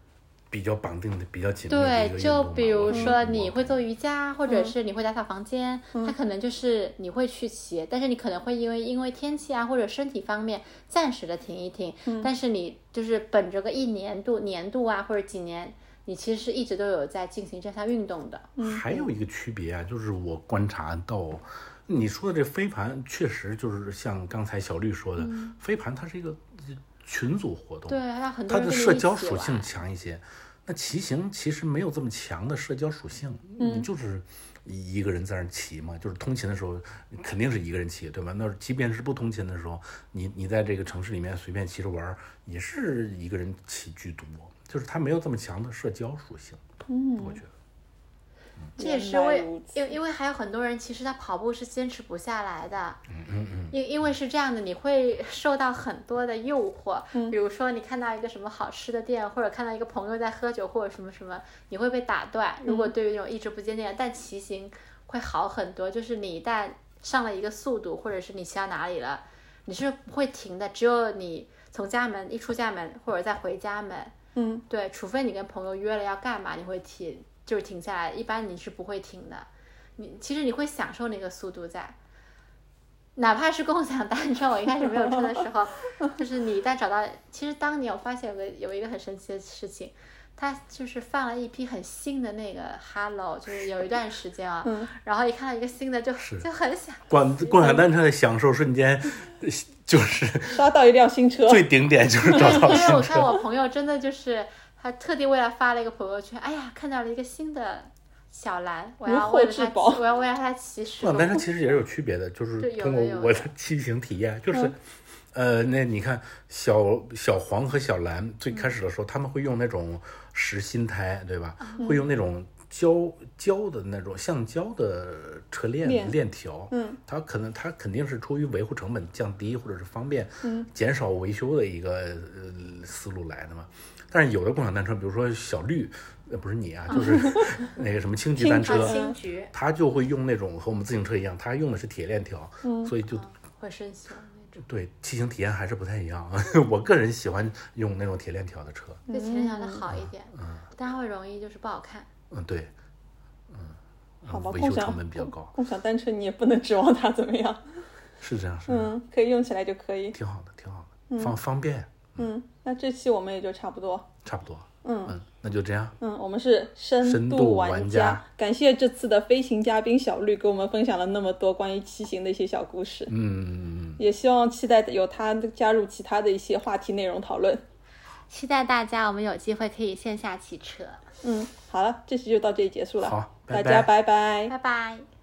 Speaker 3: 比较绑定的、比较紧密的一个
Speaker 4: 对，
Speaker 3: 运
Speaker 4: 就
Speaker 3: 动吧嗯
Speaker 4: 比如说
Speaker 3: 我
Speaker 4: 你会做瑜伽，或者是你会打扫房间，它可能就是你会去骑，但是你可能会因为因为天气啊或者身体方面暂时的停一停，但是你就是本着个一年度、年度啊或者几年，你其实是一直都有在进行这项运动的。
Speaker 3: 还有一个区别啊，就是我观察到，你说的这飞盘确实就是像刚才小绿说的，飞盘它是一个呃群组活动，
Speaker 4: 嗯对，让很多
Speaker 3: 它的
Speaker 4: 人跟你
Speaker 3: 社交
Speaker 4: 一起
Speaker 3: 属性
Speaker 4: 玩
Speaker 3: 强一些。那骑行其实没有这么强的社交属性，嗯，就是一一个人在那儿骑嘛，就是通勤的时候肯定是一个人骑，对吧？那即便是不通勤的时候，你你在这个城市里面随便骑着玩儿，也是一个人骑居多，就是它没有这么强的社交属性，嗯，我觉得。
Speaker 4: 这也是
Speaker 2: 原来
Speaker 4: 为
Speaker 2: 如，此
Speaker 4: 因因为还有很多人其实他跑步是坚持不下来的，因因为是这样的，你会受到很多的诱惑，
Speaker 2: 嗯
Speaker 4: 比如说你看到一个什么好吃的店，或者看到一个朋友在喝酒或者什么什么，你会被打断。
Speaker 2: 嗯
Speaker 4: 如果对于那种意志不坚定的，但骑行会好很多，就是你一旦上了一个速度，或者是你骑到哪里了，你是不会停的，只有你从家门一出家门，或者再回家门，
Speaker 2: 嗯，
Speaker 4: 对，除非你跟朋友约了要干嘛，你会停，就是停下来。一般你是不会停的，你其实你会享受那个速度在，哪怕是共享单车，我一开始没有车的时候，就是你一旦找到，其实当年我发现有个有一个很神奇的事情，他就是放了一批很新的那个 Hello，就是有一段时间啊，然后一看到一个新的就是就很想
Speaker 3: 共共享单车的享受瞬间， 就是
Speaker 2: 刷到一辆新车，
Speaker 3: 最顶点，就是找
Speaker 4: 因
Speaker 3: 到
Speaker 4: 为我
Speaker 3: 新
Speaker 4: 看
Speaker 3: 车。
Speaker 4: 我朋友真的就是，他特地为了发了一个朋友圈，哎呀，看到了一个新的小蓝，我
Speaker 2: 如
Speaker 4: 要
Speaker 2: 获
Speaker 4: 为了
Speaker 2: 至
Speaker 4: 他骑，
Speaker 2: 宝
Speaker 4: 我要为了他骑十
Speaker 3: 共享
Speaker 4: 公里
Speaker 3: 单车其实也是有区别的，就是
Speaker 4: 对有的
Speaker 3: 通过
Speaker 4: 有的嗯
Speaker 3: 我的 骑行体验，就是，呃，那你看小小黄和小蓝最开始的
Speaker 4: 嗯
Speaker 3: 时候，他们会用那种实心胎，对吧？
Speaker 4: 啊
Speaker 3: 会用那种胶胶的那种橡胶的车链
Speaker 2: 链
Speaker 3: 链条，
Speaker 2: 嗯，
Speaker 3: 它可能它肯定是出于维护成本降低或者是方便，
Speaker 2: 嗯，
Speaker 3: 减少维修的一个呃思路来的嘛。但是有的共享单车，比如说小绿，呃，不是你啊，就是 那个什么青桔单车，
Speaker 4: 啊青桔
Speaker 3: 他就会用那种和我们自行车一样，他用的是铁链条，
Speaker 2: 嗯
Speaker 3: 所以就
Speaker 4: 会生锈那种。
Speaker 3: 对骑行体验还是不太一样。 我个人喜欢用那种铁链条的车，
Speaker 4: 对前两的好一点，但它会容易就是不好看。
Speaker 3: 嗯，对，嗯，
Speaker 2: 好吧，
Speaker 3: 维
Speaker 2: 共
Speaker 3: 修
Speaker 2: 享
Speaker 3: 成本比较高，
Speaker 2: 共享单车你也不能指望它怎么样，
Speaker 3: 是这样，是这样，
Speaker 2: 嗯，可以用起来就可以，
Speaker 3: 挺好的，挺好的，方方便，
Speaker 2: 嗯，那这期我们也就差不多，
Speaker 3: 差不多，
Speaker 2: 嗯
Speaker 3: 嗯，那就这样，
Speaker 2: 嗯，我们是深
Speaker 3: 深度
Speaker 2: 玩
Speaker 3: 玩
Speaker 2: 家
Speaker 3: 家
Speaker 2: 感谢这次的飞行嘉宾小绿给我们分享了那么多关于骑行的一些小故事，
Speaker 3: 嗯，
Speaker 2: 也希望期待有他加入其他的一些话题内容讨论。
Speaker 4: 期待大家，我们有机会可以线下骑车，
Speaker 2: 嗯，好了，这期就到这里结束了，
Speaker 3: 好拜
Speaker 2: 大家
Speaker 3: 拜
Speaker 2: 拜拜
Speaker 4: 拜拜。